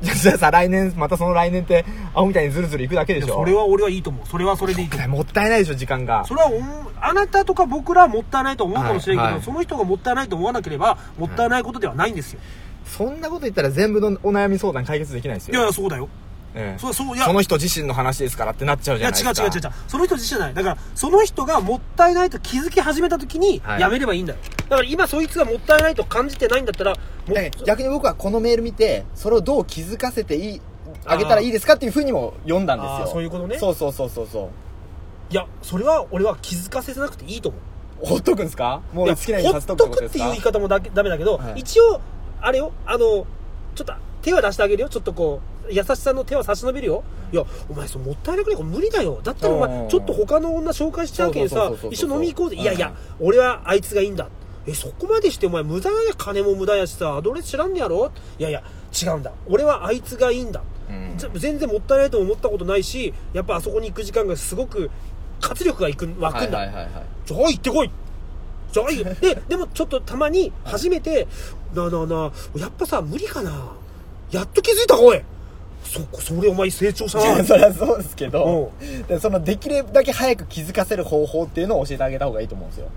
[SPEAKER 1] じゃじゃあさ来年またその来年って青みたいにズルズルいくだけでしょ
[SPEAKER 2] それは俺はいいと思うそれはそれでいいと思う
[SPEAKER 1] もったいないでしょ時間が
[SPEAKER 2] それはおんあなたとか僕らはもったいないと思うかもしれんけど、
[SPEAKER 1] はいはい
[SPEAKER 2] その人がもったいないと思わなければもったいないことではないんですよ、
[SPEAKER 1] そんなこと言ったら全部のお悩み相談解決できないです
[SPEAKER 2] い、やい
[SPEAKER 1] よ
[SPEAKER 2] やそうだよ
[SPEAKER 1] ええ
[SPEAKER 2] そうそういや
[SPEAKER 1] その人自身の話ですからってなっちゃう
[SPEAKER 2] い
[SPEAKER 1] じゃ
[SPEAKER 2] や違
[SPEAKER 1] ないうです
[SPEAKER 2] 違う
[SPEAKER 1] か
[SPEAKER 2] 違う違うその人自身じゃないだからその人がもったいないと気づき始めた時に
[SPEAKER 1] はい
[SPEAKER 2] やめればいいんだよ、だから今そいつがもったいないと感じてないんだったらもう
[SPEAKER 1] だから逆に僕はこのメール見てそれをどう気づかせていいあげたらいいですかっていうふうにも読んだんです
[SPEAKER 2] あー
[SPEAKER 1] よ
[SPEAKER 2] そういうことね
[SPEAKER 1] そうそうそうそうそう
[SPEAKER 2] いやそれは俺は気づかせなくていいと思う
[SPEAKER 1] ほっとくんですかも
[SPEAKER 2] いうや
[SPEAKER 1] 好きな人にさせとくってこ
[SPEAKER 2] ほ
[SPEAKER 1] と
[SPEAKER 2] っとく
[SPEAKER 1] で
[SPEAKER 2] っ
[SPEAKER 1] す
[SPEAKER 2] てい
[SPEAKER 1] か
[SPEAKER 2] う言い方もだけダメだけど、
[SPEAKER 1] はい
[SPEAKER 2] 一応あれよあのちょっと手は出してあげるよちょっとこう優しさの手は差し伸べるよいやお前それもったいなくないこれ無理だよだったらお
[SPEAKER 1] うん
[SPEAKER 2] 前ちょっと他の女紹介しちゃうけん
[SPEAKER 1] そ
[SPEAKER 2] さ
[SPEAKER 1] うそうそうそうそう
[SPEAKER 2] 一緒飲み行こうぜいやいや、
[SPEAKER 1] うん
[SPEAKER 2] 俺はあいつがいいんだえそこまでしてお前無駄や金も無駄やしさアドレス知らんねやろいやいや違うんだ俺はあいつがいいんだ
[SPEAKER 1] うん
[SPEAKER 2] ぜ全然もったいないと思ったことないしやっぱあそこに行く時間がすごく活力がいく湧くんだ、
[SPEAKER 1] はいはいはいはい
[SPEAKER 2] じゃあ行ってこいじゃあいいよででもちょっとたまに初めて、なあなあなあやっぱさ無理かなやっと気づいたかおいそこそれお前成長した
[SPEAKER 1] い
[SPEAKER 2] な
[SPEAKER 1] やそりゃそうですけど、でそのできるだけ早く気づかせる方法っていうのを教えてあげた方がいいと思うんですよ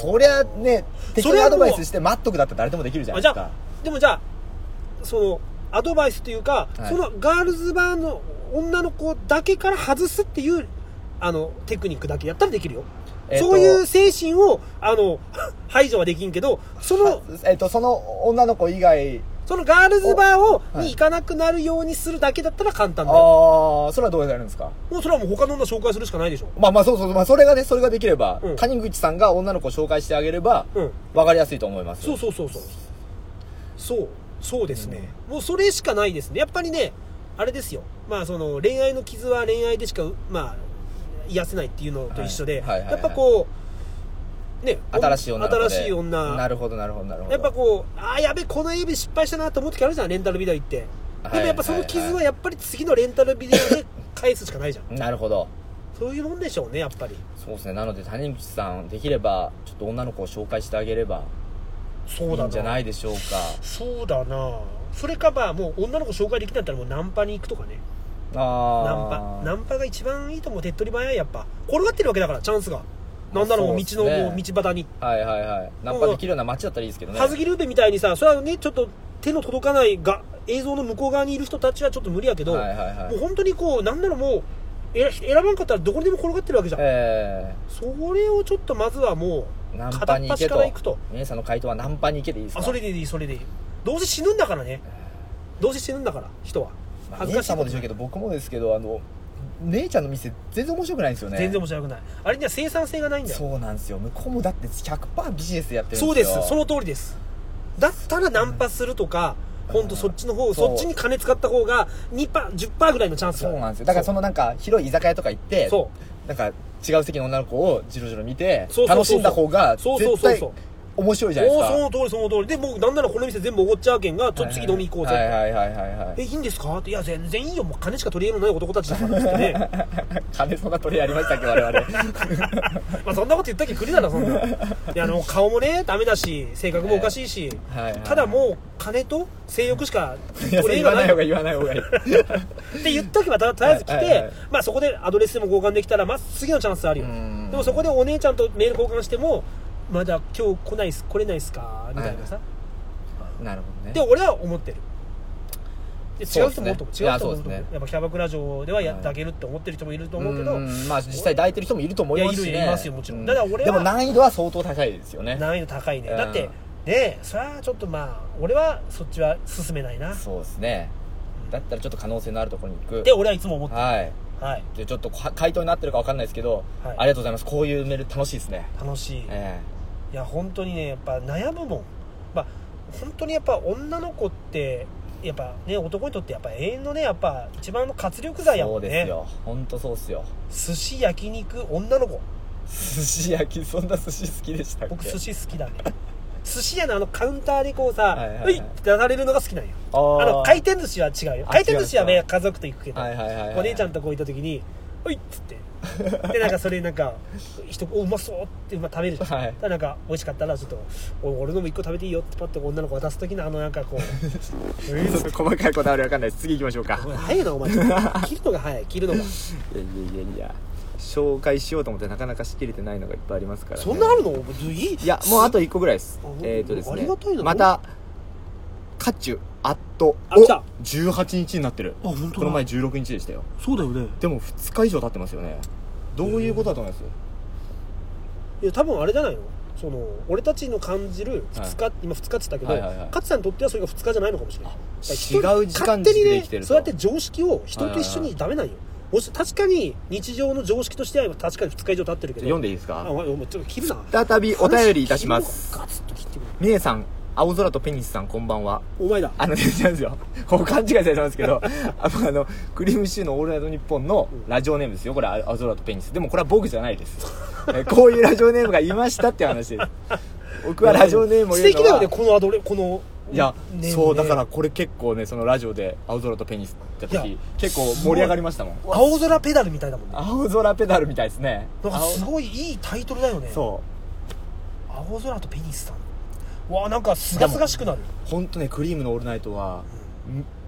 [SPEAKER 1] そりゃね適
[SPEAKER 2] そ
[SPEAKER 1] 当
[SPEAKER 2] れ
[SPEAKER 1] に
[SPEAKER 2] は
[SPEAKER 1] ア
[SPEAKER 2] も
[SPEAKER 1] ド
[SPEAKER 2] う
[SPEAKER 1] バイスして待っとくだったら誰でもできるじゃな
[SPEAKER 2] あ
[SPEAKER 1] い
[SPEAKER 2] じ
[SPEAKER 1] で
[SPEAKER 2] ゃ
[SPEAKER 1] す
[SPEAKER 2] あ
[SPEAKER 1] か
[SPEAKER 2] でもじゃあそのアドバイスというか、
[SPEAKER 1] はい
[SPEAKER 2] そのガールズバーの女の子だけから外すっていうあのテクニックだけやったらできるよ、
[SPEAKER 1] えっと
[SPEAKER 2] そういう精神をあの 排除はできんけどその
[SPEAKER 1] えっとその女の子以外
[SPEAKER 2] そのガールズバーを、
[SPEAKER 1] おはい
[SPEAKER 2] に行かなくなるようにするだけだったら簡単
[SPEAKER 1] あ
[SPEAKER 2] だよ。
[SPEAKER 1] あそれはどうやるんですか
[SPEAKER 2] もうそれはもう他の女紹介するしかないでしょ。
[SPEAKER 1] まあまあそうそう、まあ、それがねそれができれば、
[SPEAKER 2] うん
[SPEAKER 1] 谷口さんが女の子を紹介してあげれば、
[SPEAKER 2] うん。
[SPEAKER 1] わかりやすいと思います
[SPEAKER 2] そうそうそうそう。そう、そうですね。もうそれしかないですね。やっぱりね、あれですよ。まあその恋愛の傷は恋愛でしか、まあ、癒せないっていうのと一緒で、
[SPEAKER 1] はいはいはいはい
[SPEAKER 2] やっぱこう、ね、
[SPEAKER 1] 新しい女の子で
[SPEAKER 2] 新しい女
[SPEAKER 1] なるほどなるほどなるほど
[SPEAKER 2] やっぱこう、ああ、やべ、この AV 失敗したなと思う時あるじゃん、レンタルビデオ行って。でもやっぱその傷はやっぱり次のレンタルビデオで返すしかないじゃん。
[SPEAKER 1] なるほど
[SPEAKER 2] そういうもんでしょうね、やっぱり。
[SPEAKER 1] そうですねなので谷口さんできればちょっと女の子を紹介してあげればい
[SPEAKER 2] そ
[SPEAKER 1] いんじゃないいでしょうか
[SPEAKER 2] そうだなそれかまあもう女の子紹介できなかったらもうナンパに行くとかねナン
[SPEAKER 1] あ
[SPEAKER 2] パ
[SPEAKER 1] あ
[SPEAKER 2] ナンパが一番いいと思う手っ取り早いやっぱ転がってるわけだからチャンスが
[SPEAKER 1] ま
[SPEAKER 2] な
[SPEAKER 1] あ
[SPEAKER 2] んだろう
[SPEAKER 1] そうっす
[SPEAKER 2] 道
[SPEAKER 1] ね
[SPEAKER 2] のもう道端に
[SPEAKER 1] はいはいはいナンパできるような街だったらいいですけどね
[SPEAKER 2] 葉月ルーペみたいにさそれはねちょっと手の届かないが映像の向こう側にいる人たちはちょっと無理やけど、
[SPEAKER 1] はいはいは
[SPEAKER 2] もう
[SPEAKER 1] い
[SPEAKER 2] 本当にこうなんだろうもうえ選ばんかったらどこにでも転がってるわけじゃん、
[SPEAKER 1] え
[SPEAKER 2] それをちょっとまずはも
[SPEAKER 1] ー、ナン
[SPEAKER 2] う
[SPEAKER 1] パ
[SPEAKER 2] 片
[SPEAKER 1] に
[SPEAKER 2] っ
[SPEAKER 1] 行け
[SPEAKER 2] 端か
[SPEAKER 1] と
[SPEAKER 2] ら行くと
[SPEAKER 1] 皆さんの回答はナンパに行けでいいですか
[SPEAKER 2] あそれでいいそれでいいどうせ死ぬんだからねどうせ死ぬんだから人は
[SPEAKER 1] まあ
[SPEAKER 2] 恥ず
[SPEAKER 1] 姉
[SPEAKER 2] かしい
[SPEAKER 1] さんも
[SPEAKER 2] こ
[SPEAKER 1] でし
[SPEAKER 2] とない
[SPEAKER 1] ょうけど僕もですけどあの姉ちゃんの店全然面白くないんですよね
[SPEAKER 2] 全然面白くないあれには生産性がないんだよ
[SPEAKER 1] そうなんですよ向こうもだって100%ビジネスやってる
[SPEAKER 2] そ
[SPEAKER 1] ん
[SPEAKER 2] う
[SPEAKER 1] で
[SPEAKER 2] です
[SPEAKER 1] よ
[SPEAKER 2] すその通りですだったらナンパするとか本当そっちの方
[SPEAKER 1] そう
[SPEAKER 2] そっちに金使った方が2パ10パーぐらいのチャンスがあ
[SPEAKER 1] そ
[SPEAKER 2] る
[SPEAKER 1] うなんですよだからそのなんか広い居酒屋とか行って
[SPEAKER 2] そ
[SPEAKER 1] なんか違う席の女の子をじろじろ見て
[SPEAKER 2] そうそうそうそう
[SPEAKER 1] 楽しんだ方が
[SPEAKER 2] そうそう
[SPEAKER 1] 絶
[SPEAKER 2] そう
[SPEAKER 1] 対
[SPEAKER 2] そう
[SPEAKER 1] 面白いじゃないで
[SPEAKER 2] お
[SPEAKER 1] す
[SPEAKER 2] ー
[SPEAKER 1] か
[SPEAKER 2] その通りその通りでもうなんならこの店全部おごっちゃうけんがちょっと次飲み行こうぜ、
[SPEAKER 1] はいはいはいはいはいはい
[SPEAKER 2] えいいんですかっていや全然いいよもう金しか取り柄のない男たちだからっつっ てね
[SPEAKER 1] 金そんな取りありましたっけ 我々
[SPEAKER 2] まあそんなこと言ったっけくりだなそんないやあの顔もねダメだし性格もおかしいし、
[SPEAKER 1] はいはいはい
[SPEAKER 2] ただもう金と性欲しか
[SPEAKER 1] いやそれ
[SPEAKER 2] 取り
[SPEAKER 1] 言わ
[SPEAKER 2] 柄
[SPEAKER 1] な
[SPEAKER 2] がないい
[SPEAKER 1] 方がいい言わない方がいい
[SPEAKER 2] って言っとけばととりあえず来て、
[SPEAKER 1] はいはいはい
[SPEAKER 2] まあ、そこでアドレスでも交換できたら、まあ、次のチャンスあるよ
[SPEAKER 1] うん
[SPEAKER 2] でもそこでお姉ちゃんとメール交換してもまだ今日来ないっす来れないっすかみたいなさ、
[SPEAKER 1] なるほどね
[SPEAKER 2] で俺は思ってる
[SPEAKER 1] そうですね
[SPEAKER 2] で違う人もおると思う違う人もおると思う
[SPEAKER 1] いやそうですね
[SPEAKER 2] やっぱキャバクラ嬢ではやっ
[SPEAKER 1] はい
[SPEAKER 2] てあげるって思ってる人もいると思うけど、
[SPEAKER 1] んまあ実際抱いてる人もいると思いますし、ね、
[SPEAKER 2] いやいるいますよもちろんただ俺は
[SPEAKER 1] でも難易度は相当高いですよね
[SPEAKER 2] 難易度高いね、
[SPEAKER 1] うん
[SPEAKER 2] だってねそれはちょっとまあ俺はそっちは進めないな
[SPEAKER 1] そうですねだったらちょっと可能性のあるところに行く
[SPEAKER 2] で俺はいつも思って
[SPEAKER 1] はい
[SPEAKER 2] るはい
[SPEAKER 1] でちょっとか回答になってるかわかんないですけど、
[SPEAKER 2] はい
[SPEAKER 1] ありがとうございますこういうメール楽しいですね
[SPEAKER 2] 楽しい、
[SPEAKER 1] え
[SPEAKER 2] いや本当にねやっぱ悩むもん、まあ、本当にやっぱ女の子ってやっぱね男にとってやっぱ永遠のねやっぱ一番の活力
[SPEAKER 1] え
[SPEAKER 2] 剤や
[SPEAKER 1] そ
[SPEAKER 2] も
[SPEAKER 1] うんです
[SPEAKER 2] ね
[SPEAKER 1] よ本当そうっすよ
[SPEAKER 2] 寿司焼肉女の子
[SPEAKER 1] 寿司焼きそんな寿司好きでしたっけ
[SPEAKER 2] 僕寿司好きだね 寿司屋のあのカウンターでこうさ「
[SPEAKER 1] はいはいは
[SPEAKER 2] う
[SPEAKER 1] い
[SPEAKER 2] い!」って出されるのが好きなんよ
[SPEAKER 1] あー
[SPEAKER 2] あの回転寿司は違うよ
[SPEAKER 1] あ
[SPEAKER 2] 回転寿司は
[SPEAKER 1] 違う
[SPEAKER 2] ね
[SPEAKER 1] んです
[SPEAKER 2] 家族と行くけど、
[SPEAKER 1] はいはいはいはい
[SPEAKER 2] お姉ちゃんとこういた時に「おい!」っ つってでなんかそれなんか人おうまそうって、まあ、食べるじゃん、
[SPEAKER 1] はい
[SPEAKER 2] ただなんか美味しかったらちょっとお俺のも一個食べていいよってパッと女の子渡す時のあのなん かこう「ういっ
[SPEAKER 1] ちょっと細かいこだわりわかんないです次行きましょうか
[SPEAKER 2] お前早いなお前ちょっと切るのが早い切るのが
[SPEAKER 1] いやいやいやいや紹介しようと思ってなかなかしきれてないのがいっぱいありますからね、
[SPEAKER 2] そんなあるのいい
[SPEAKER 1] いやもうあと1個ぐらいです
[SPEAKER 2] あほんと
[SPEAKER 1] えっ、ー、とですね
[SPEAKER 2] ありがたいな
[SPEAKER 1] またカチュアット
[SPEAKER 2] あ来た
[SPEAKER 1] 18日になってる
[SPEAKER 2] あ本当だ
[SPEAKER 1] この前16日でしたよ
[SPEAKER 2] そうだよね
[SPEAKER 1] でも2日以上経ってますよねどういうことだと思います
[SPEAKER 2] いや多分あれじゃないのその俺たちの感じる2日、今2日って言ったけど、
[SPEAKER 1] はいはいはい
[SPEAKER 2] 勝さんにとってはそれが2日じゃないのかもしれない
[SPEAKER 1] 違う時間軸で生きてると
[SPEAKER 2] 勝手にねそうやって常識を人と一緒にダメなんよ、もし確かに日常の常識としては確かに2日以上経ってるけど
[SPEAKER 1] 読んでいいです
[SPEAKER 2] あ
[SPEAKER 1] か
[SPEAKER 2] お前お前ちょっと切るな
[SPEAKER 1] 再びお便りいたします
[SPEAKER 2] 話ガツッと切ってくれ
[SPEAKER 1] みえさん青空とペニスさんこんばんは
[SPEAKER 2] お前だ
[SPEAKER 1] あのね、違うんですよ。 こう勘違いされてますけど、 あの、あのクリームシチューのオールナイトニッポンのラジオネームですよ。これ、あ青空とペニス。でもこれは僕じゃないです。 えこういうラジオネームがいましたっていう話 です。僕はラジオネームを
[SPEAKER 2] 素
[SPEAKER 1] 言うの
[SPEAKER 2] 敵だよ
[SPEAKER 1] は
[SPEAKER 2] ねこのアドレこの
[SPEAKER 1] いや、
[SPEAKER 2] ネームね
[SPEAKER 1] そう、だからこれ結構ね、そのラジオで青空とペニスって
[SPEAKER 2] いや
[SPEAKER 1] 時、結構盛り上がりましたもん。
[SPEAKER 2] 青空ペダルみたいだもんね
[SPEAKER 1] 青空ペダルみたいですね。
[SPEAKER 2] なんかす
[SPEAKER 1] 青
[SPEAKER 2] ごいいいタイトルだよね
[SPEAKER 1] そ
[SPEAKER 2] 青空とペニスさんわあなんかすがすがしくなる
[SPEAKER 1] う。ほんとね、クリームのオールナイトは、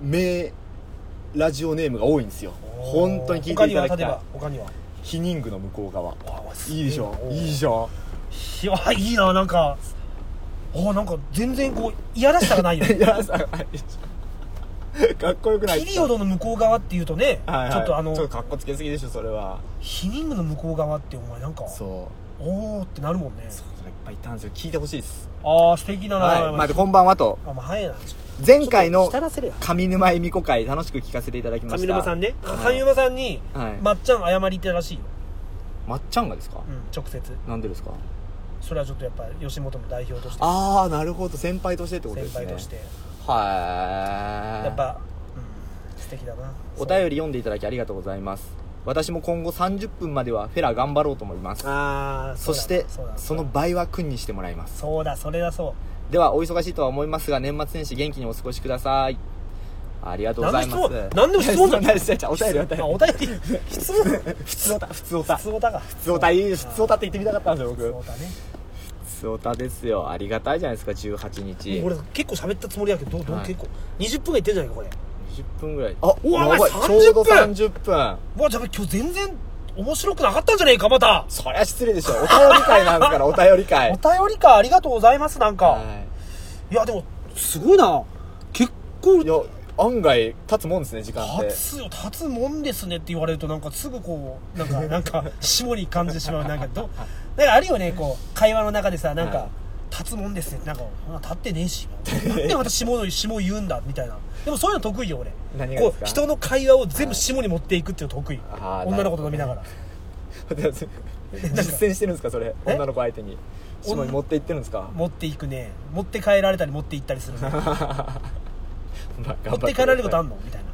[SPEAKER 1] 名、ラジオネームが多いんですよ。本当に聞いていただきたい。
[SPEAKER 2] 他には例えば他には
[SPEAKER 1] ヒニングの向こう側。
[SPEAKER 2] わあわあすげえ
[SPEAKER 1] いいでしょ
[SPEAKER 2] おう
[SPEAKER 1] いいでしょ
[SPEAKER 2] いやいいななんかあなんか全然こういやらしさがないよね
[SPEAKER 1] いやさあいいでしょかっこよく ない
[SPEAKER 2] ピ
[SPEAKER 1] です
[SPEAKER 2] リ
[SPEAKER 1] か
[SPEAKER 2] オドの向こう側っていうとね、
[SPEAKER 1] はいはい
[SPEAKER 2] ちょっとあの
[SPEAKER 1] ちょっとかっこつけすぎでしょそれは
[SPEAKER 2] ヒニングの向こう側ってお前なんか
[SPEAKER 1] そ
[SPEAKER 2] おおってなるもんね
[SPEAKER 1] うそういっぱいいたんですよ聞いてほしいです
[SPEAKER 2] ああ素敵だな、
[SPEAKER 1] はいまあでこんばんはと
[SPEAKER 2] あまあ早いな
[SPEAKER 1] 前回の
[SPEAKER 2] 浸らせるよ
[SPEAKER 1] 上沼恵美子会楽しく聞かせていただきました
[SPEAKER 2] 上沼さんね
[SPEAKER 1] はい
[SPEAKER 2] 上沼さんに、
[SPEAKER 1] はい
[SPEAKER 2] まっちゃん謝り行ってたらしいよ、
[SPEAKER 1] まっちゃんがですか
[SPEAKER 2] うん、直接
[SPEAKER 1] なんでですか
[SPEAKER 2] それはちょっとやっぱ吉本の代表として
[SPEAKER 1] ああなるほど先輩としてってことで
[SPEAKER 2] 先
[SPEAKER 1] すね
[SPEAKER 2] 輩として
[SPEAKER 1] はい
[SPEAKER 2] やっぱ、うん、素敵だな
[SPEAKER 1] お便り読んでいただきありがとうございます私も今後30分まではフェラ頑張ろうと思います
[SPEAKER 2] ああ
[SPEAKER 1] そして
[SPEAKER 2] そうだ
[SPEAKER 1] その倍は君にしてもらいます
[SPEAKER 2] そうだそれだそ
[SPEAKER 1] ではお忙しいとは思いますが年末年始元気にお過ごしくださいありがとうございます
[SPEAKER 2] 何でも質問何でも質問じゃん
[SPEAKER 1] いや質問ないですお便りお
[SPEAKER 2] うだ
[SPEAKER 1] 便り
[SPEAKER 2] あお便り 質問
[SPEAKER 1] 普通おた普通おた
[SPEAKER 2] 普
[SPEAKER 1] 普
[SPEAKER 2] 通おたが
[SPEAKER 1] 通おたいい普通おたって言ってみたかったんですよ
[SPEAKER 2] 普通
[SPEAKER 1] 僕
[SPEAKER 2] おたね
[SPEAKER 1] 普通おたですよありがたいじゃないですか18日
[SPEAKER 2] 俺結構喋ったつもりやけどどうどう、
[SPEAKER 1] はい
[SPEAKER 2] 結構20分がいってんじゃないかこれ
[SPEAKER 1] 20分ぐらいあ
[SPEAKER 2] うわ
[SPEAKER 1] やばい
[SPEAKER 2] 30
[SPEAKER 1] ちょうど
[SPEAKER 2] 分
[SPEAKER 1] 30分
[SPEAKER 2] うわじゃあ今日全然面白くなかったんじゃねえかまた
[SPEAKER 1] そりゃ失礼でしょお便り会なんですからお便り
[SPEAKER 2] お
[SPEAKER 1] 会
[SPEAKER 2] 便りかありがとうございますなんか、い、やでもすごいな結構
[SPEAKER 1] いや案外経つもんですね時間って
[SPEAKER 2] 立つよ立つもんですねって言われるとなんかすぐこ うなんかなんか下に感じてしまうなんかどなんかあるよねこう会話の中でさなんか、
[SPEAKER 1] はい
[SPEAKER 2] 立つもんですねなんかあ立ってね えしなんでまた下の下言うんだみたいなでもそういうの得意よ俺
[SPEAKER 1] 何がで
[SPEAKER 2] こ
[SPEAKER 1] す
[SPEAKER 2] う
[SPEAKER 1] か
[SPEAKER 2] 人の会話を全部下に持っていくっていうの得意
[SPEAKER 1] あー
[SPEAKER 2] 女の子と飲みながら
[SPEAKER 1] 実践してるんですかそれ
[SPEAKER 2] え
[SPEAKER 1] 女の子相手に下に持って行ってるんですか
[SPEAKER 2] 持っていくね持 って帰られたり持って行ったりする持
[SPEAKER 1] 持
[SPEAKER 2] って帰られることあ
[SPEAKER 1] ん
[SPEAKER 2] んのみたいな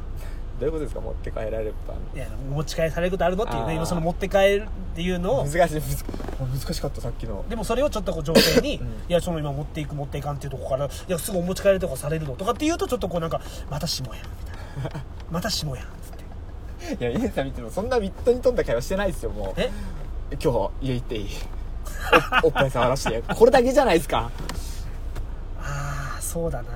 [SPEAKER 1] どういうことですか持って帰られるパン
[SPEAKER 2] いや持ち帰されることあるのっていう
[SPEAKER 1] あー
[SPEAKER 2] ね今その持って帰るっていうのを
[SPEAKER 1] 難しい難しい難しかったさっきの
[SPEAKER 2] でもそれをちょっとこう情勢に、
[SPEAKER 1] ん
[SPEAKER 2] いやその今持っていく持っていかんっていうとこからいやすぐお持ち帰りとかされるのとかっていうとちょっとこうなんかまた下やんみたいなまた下やんっつって
[SPEAKER 1] いや家さん見てもそんなミットに富んだ会話してないですよもう
[SPEAKER 2] え
[SPEAKER 1] 今日家行っていいおおっ ぱい触らしてこれだけじゃないですか
[SPEAKER 2] ああそうだな い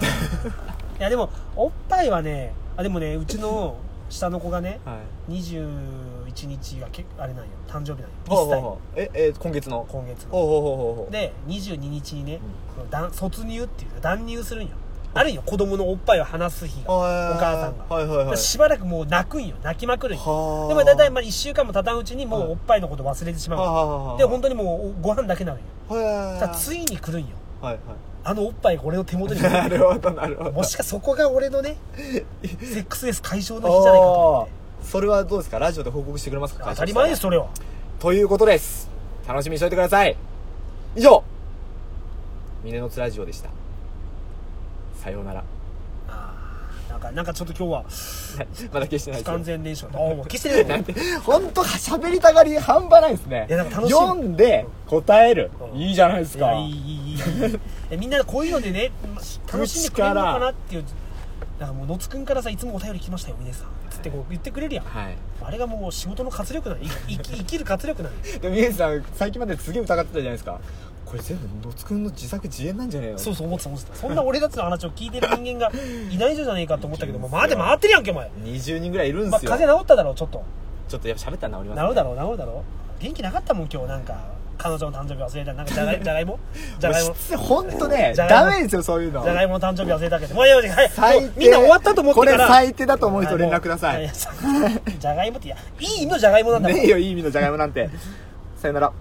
[SPEAKER 2] やでもおっぱいはねあでもねうちの下の子がね
[SPEAKER 1] はい
[SPEAKER 2] 21日がけあれなんよ誕生日なんよ
[SPEAKER 1] ほうほう
[SPEAKER 2] 1
[SPEAKER 1] ほうええ今月の
[SPEAKER 2] 歳今月の
[SPEAKER 1] ほうほうほうほうほう
[SPEAKER 2] で22日にね、その断卒乳っていうか断乳するんよあるんよ子供のおっぱいを離す日がお
[SPEAKER 1] はい
[SPEAKER 2] 母さんが、
[SPEAKER 1] はいはいはい
[SPEAKER 2] しばらくもう泣くんよ泣きまくるんよ
[SPEAKER 1] はあ
[SPEAKER 2] でも大体まあ1週間も経たんうちにも
[SPEAKER 1] はいう
[SPEAKER 2] おっぱいのこと忘れてしまう
[SPEAKER 1] は
[SPEAKER 2] の
[SPEAKER 1] あはあはあ
[SPEAKER 2] で本当にもうご飯だけなのよ
[SPEAKER 1] はいはい
[SPEAKER 2] だからついに来るんよ
[SPEAKER 1] はい
[SPEAKER 2] あのおっぱいが俺の手元に来
[SPEAKER 1] は
[SPEAKER 2] る
[SPEAKER 1] い なるほどなるほど
[SPEAKER 2] もしかそこが 俺のねセックスレス解消の日じゃないかと思
[SPEAKER 1] お
[SPEAKER 2] っ
[SPEAKER 1] ー
[SPEAKER 2] て
[SPEAKER 1] それはどうですかラジオで報告してくれますか
[SPEAKER 2] 当たり前ですそれは
[SPEAKER 1] ということです楽しみにしておいてください以上峰のつラジオでしたさようなら
[SPEAKER 2] あーなんかなんかちょっと今日は
[SPEAKER 1] まだ消してない
[SPEAKER 2] 不
[SPEAKER 1] ですよ
[SPEAKER 2] 完全燃焼ああもう消してるよもう
[SPEAKER 1] 本当喋りたがり半端ないですね
[SPEAKER 2] いやなんか楽しい
[SPEAKER 1] 読んで答える、
[SPEAKER 2] うん
[SPEAKER 1] いいじゃないです
[SPEAKER 2] い
[SPEAKER 1] か
[SPEAKER 2] やいいいいいいいいえみんなこういうのでねま楽しんでくれるのかなっていうなんかもう野津君からさいつもお便り来ましたよ皆さんつってこう言ってくれるやん
[SPEAKER 1] はい
[SPEAKER 2] あれがもう仕事の活力なの生き生きる活力なの
[SPEAKER 1] でも宮治さん最近まですげえ疑ってたじゃないですかこれ全部のつくんの自作自演なんじゃねえの
[SPEAKER 2] そうそう思ってた思ってたそんな俺たちの話を聞いてる人間がいないじゃねえかと思ったけどもう
[SPEAKER 1] いるん
[SPEAKER 2] 待
[SPEAKER 1] す
[SPEAKER 2] て
[SPEAKER 1] よ
[SPEAKER 2] 回ってるやんけお前、
[SPEAKER 1] 20人ぐらいいるん
[SPEAKER 2] まあ、
[SPEAKER 1] すよ、
[SPEAKER 2] 風邪治っただろうちょっと
[SPEAKER 1] ちょっとやっぱ喋ったら治ります
[SPEAKER 2] 治るだろう治るだろう元気なかったもん今日なんか彼女の誕生日忘れたなんかじゃがいじゃがいも じゃがいも
[SPEAKER 1] ホンね
[SPEAKER 2] じゃがい
[SPEAKER 1] ダ
[SPEAKER 2] も
[SPEAKER 1] メですよそういうの
[SPEAKER 2] じゃがいもの誕生日忘れたけどもういやいやはい
[SPEAKER 1] 最
[SPEAKER 2] もう
[SPEAKER 1] 低
[SPEAKER 2] みんな終わったと思ってから
[SPEAKER 1] これ最低だと思う人連絡ください
[SPEAKER 2] あのややじゃがいもっていやいい意味のじゃがいもなんだ
[SPEAKER 1] ね
[SPEAKER 2] から
[SPEAKER 1] えよいい意味のじゃがいもなんてさよなら